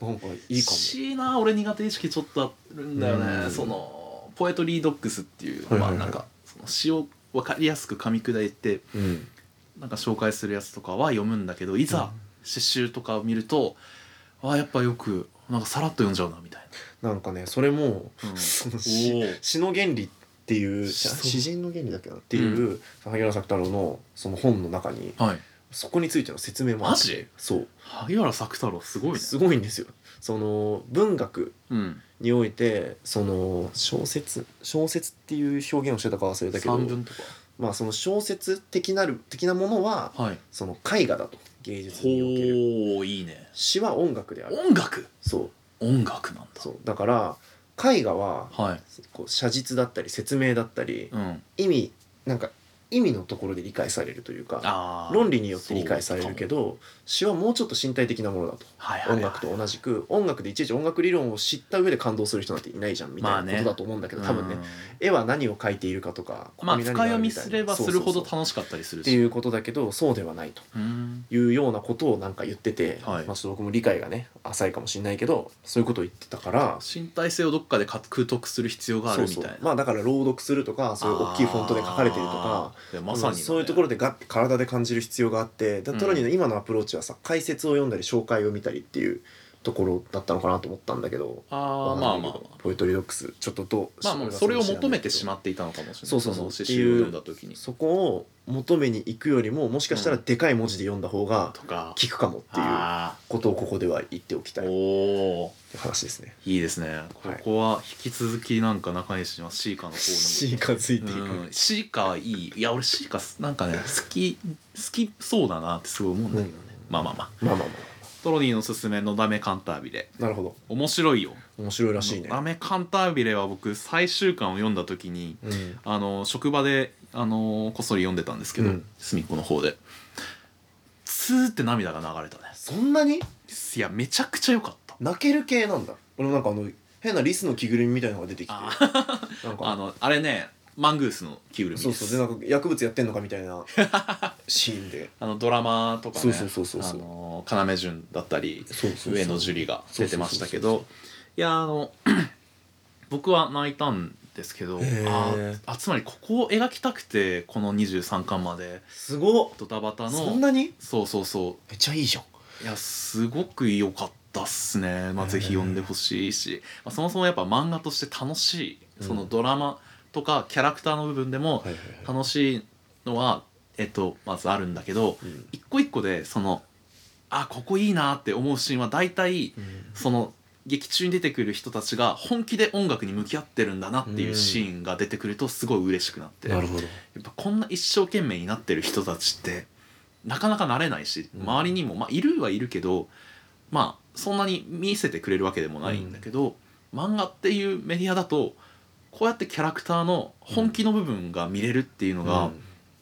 B: なんかいいかも
A: 詩な俺苦手意識ちょっとあるんだよね
B: うん
A: そのポエトリードックスっていう、
B: はいはいはい
A: まあなんかその詩を分かりやすく噛み砕いて
B: うん
A: なんか紹介するやつとかは読むんだけどいざ詩集とかを見るとあーやっぱよくなんかさらっと読んじゃうなみたい
B: なんかねそれも、
A: うん
B: その
A: お
B: 詩
A: ー
B: 詩の原理っていう
A: 詩そう
B: 詩人の原理だっけなっていう、萩原作太郎のその本の中に
A: なはい
B: そこについての説明もある
A: マジ
B: そう
A: 萩原作太郎すごいね
B: すごいんですよその文学
A: うん
B: においてその小説小説っていう表現をしてたか忘れたけど
A: 散文と
B: まあその小説的なる的なものは
A: かはい
B: その絵画だと芸術における
A: ほういいね
B: 詩は音楽である
A: 音楽
B: そう
A: 音楽なんだ
B: そうだから絵画は
A: はい
B: こう写実だったり説明だったり
A: うん
B: 意味なんか意味のところで理解されるというか
A: あー
B: 論理によって理解されるけど詩はもうちょっと身体的なものだと
A: そうかもはいはいはい
B: 音楽と同じく音楽でいちいち音楽理論を知った上で感動する人なんていないじゃんみた
A: ま
B: いな
A: あ
B: こ
A: ね
B: とだと思うんだけど多分ね
A: うん
B: 絵は何を描いているかとか
A: まあ
B: ここに
A: 深
B: 何が
A: 読
B: る
A: み
B: みたいな
A: すればするほど
B: そうそうそう
A: 楽しかったりする
B: って
A: し
B: いうことだけどそうではないと
A: うん
B: いうようなことをなんか言ってて
A: はい
B: まあちょっと僕も理解がね浅いかもしれないけどそういうことを言ってたから
A: 身体性をどっかで獲得する必要があるみたいな
B: そうそうまあだから朗読するとかそういう大きいフォントで書かれてるとか
A: あーまさにだね、
B: そういうところでガッて体で感じる必要があってだ
A: うん
B: トラニーの今のアプローチはさ解説を読んだり紹介を見たりっていうところだったのかなと思ったんだけど
A: あー
B: わ
A: ま
B: か
A: あ
B: んな
A: ま
B: い
A: あ
B: け
A: ま
B: どポエトリードックスちょっとどう
A: あまあそれを求めてし
B: ま
A: まっていたのかもしれない
B: そうそうそう
A: の詩集を読んだ時に
B: そこを求めに行くよりももしかしたらでかい文字で読んだ方が
A: とか
B: 効くかもっていう
A: あ
B: ことをここでは言っておきた
A: あ
B: いって
A: おお
B: 話ですね。
A: いいですねここは引き続きなんか中西はシーカの方に
B: C がついていく、
A: うん、シーカいいいや俺シーカなんかね好き好きそうだなってすごい思うんだけどね、まあまあまあ
B: まあまあま
A: トロニーのおすすめのダメカンタービレ
B: あなるほど
A: 面白いよ
B: 面白いらしいね。
A: ダメカンタービレは僕最終巻を読んだ時に
B: うん
A: あの職場であのこっそり読んでたんですけど、
B: うん
A: 隅っこの方でツーって涙が流れたね
B: そんなに
A: いやめちゃくちゃ良かった
B: 泣ける系なんだ俺もなんかあの変なリスの着ぐるみみたいなのが出てきて
A: あ
B: なんか
A: あのあれねマングースの着ぐるみ
B: そ
A: で
B: う
A: す
B: そうでなんか薬物やってんのかみたい なシーンで
A: あのドラマとかね
B: そうそうそうそうそう
A: あの要潤だったり
B: そうそうそう
A: 上野樹里が出てましたけ
B: そうそう
A: どいやあの 僕は泣いたんですけど
B: へー
A: ああつまりここを描きたくてこの23巻まです
B: ごっ
A: ドタバタの
B: そんなに
A: そうそうそ
B: めっちゃいいじゃん
A: ういやすごく良かったっすね、まあ、ぜひ読んでほしいし、まあ、そもそもやっぱ漫画として楽しい
B: うん
A: そのドラマとかキャラクターの部分でも
B: はいはいはい
A: 楽しいのは、えっと、まずあるんだけど
B: うん
A: 一個一個でそのあここいいなって思うシーンは大体その劇中に出てくる人たちが本気で音楽に向き合ってるんだなっていうシーンが出てくるとすごい嬉しくなって、
B: なるほど
A: やっぱこんな一生懸命になってる人たちってなかなかなれないし
B: うん
A: 周りにも、まあいるはいるけどまあそんなに見せてくれるわけでもないんだけど、漫画っていうメディアだとこうやってキャラクターの本気の部分が見れるっていうのが、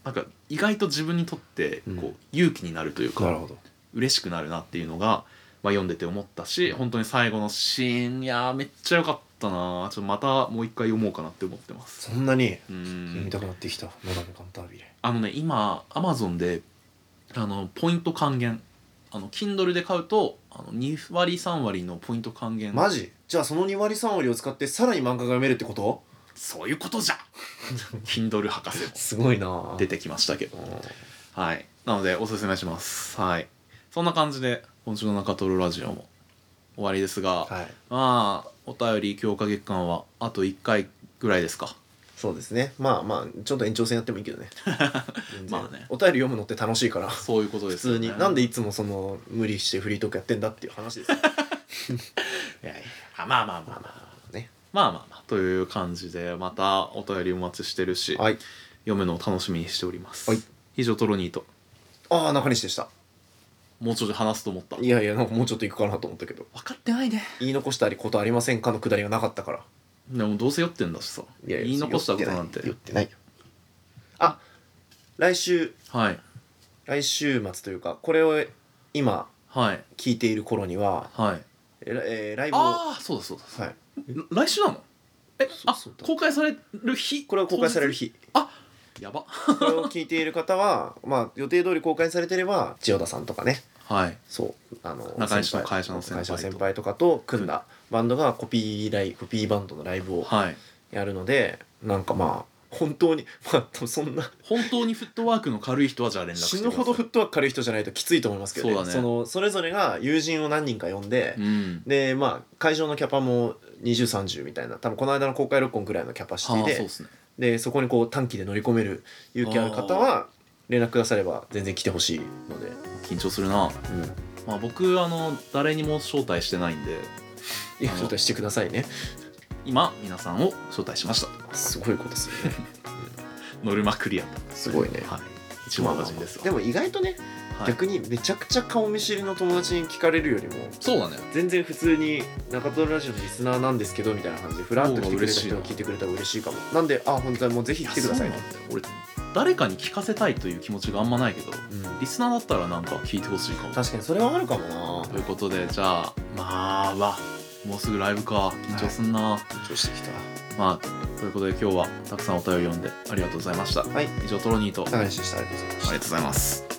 A: なんか意外と自分にとってこう
B: うん
A: 勇気になるという
B: な
A: か、
B: るほど
A: 嬉しくなるなっていうのがまあ、読んでて思ったし本当に最後のシーンいやーめっちゃ良かったなちょっとまたもう一回読もうかなって思ってます
B: そんなに
A: う
B: 読
A: ん
B: みたくなってきた「野田のカンタービレ
A: あのね今アマゾンであのポイント還元あの Kindle で買うとあの2割3割のポイント還」元
B: マジじゃあその2割3割を使ってさらに漫画が読めるってこと
A: そういうこと じゃ Kindle 博士も
B: すごい な
A: 出てきましたけど
B: う
A: はいなのでおすすめしますはいそんな感じで今週の中トロラジオも終わりですが、
B: んはい
A: まあお便り強化月間はあと1回ぐらいですか
B: そうですねまあまあちょっと延長戦やってもいいけ どね全然
A: まあね
B: お便り読むのって楽しいから普
A: そういうことですよ
B: 通
A: ね
B: になんでいつもその無理してフリートークやってんだっていう 話ですよ
A: いやいやあまあまあまあまあ
B: まあね
A: まあまあまあという感じでまたお便りお待ちしてるし、
B: はい
A: 読むのを楽しみにしております、
B: はい
A: 以上トロニーと
B: ああ中西でした
A: もうちょっと話すと思った
B: いやいやなんかもうちょっといくかなと思ったけど
A: 分かってないね
B: 言い残したりことありませんかのくだりがなかったから
A: でもどうせ酔ってんだしさ
B: いやいや
A: 言い残したことなんて
B: 言ってないよあ来週
A: はい
B: 来週末というかこれを今
A: はい
B: 聞いている頃には
A: はい
B: えらえーライブをは
A: ああそうだそうだ
B: い
A: 来週なのえあ
B: そうだ
A: 公開される日
B: これは公開される
A: 日
B: 日
A: やば
B: これを聞いている方はまあ予定通り公開されてれば千代田さんとかね
A: はい
B: そうあの
A: 中西の
B: 先輩
A: 会社の先輩と
B: 会先輩とかと組んだバンドがコピーライコピーバンドのライブを
A: はい
B: やるのでなんかまあ本当にまあ多分そんな
A: 本当にフットワークの軽い人はじゃあ連絡して
B: 死
A: くだ
B: ぬ
A: さい
B: ほどフットワーク軽い人じゃないときついと思いますけど、ね
A: そう
B: そ
A: だね
B: のそれぞれが友人を何人か呼んで、
A: うん
B: でまあ会場のキャパも2030みたいな多分この間の公開録音ぐらいのキャパシテ
A: はあそ
B: ィ
A: う
B: で
A: っすね
B: でそこにこう短期で乗り込める勇気ある方は連絡くだされば全然来てほしいので、
A: 緊張するな
B: うん、
A: まあ僕あの誰にも招待してないんで
B: いや招待してくださいね
A: 今皆さんを招待しました
B: すごいことす るね
A: ノルマクリアと
B: すごいね、
A: はい一番私ですわ
B: でも意外とね、
A: はい
B: 逆にめちゃくちゃ顔見知りの友達に聞かれるよりも
A: そうだね
B: 全然普通に中トロラジオのリスナーなんですけどみたいな感じでフラッと来てくれた人が聞いてくれたら嬉しいかもなんであ本当にもうぜひ来てください
A: い
B: ね
A: やそうなんだよ俺誰かに聞かせたいという気持ちがあんまないけど
B: うん
A: リスナーだったらなんか聞いてほしいかも
B: 確かにそれはあるかもな
A: ということでじゃあまあわもうすぐライブか緊張すんな、
B: 緊張してきた
A: まあということで今日はたくさんお便り読んでありがとうございました、
B: はい
A: 以上トロニーと、あり
B: 中西でしたありがとうございまし
A: がと
B: た
A: うございます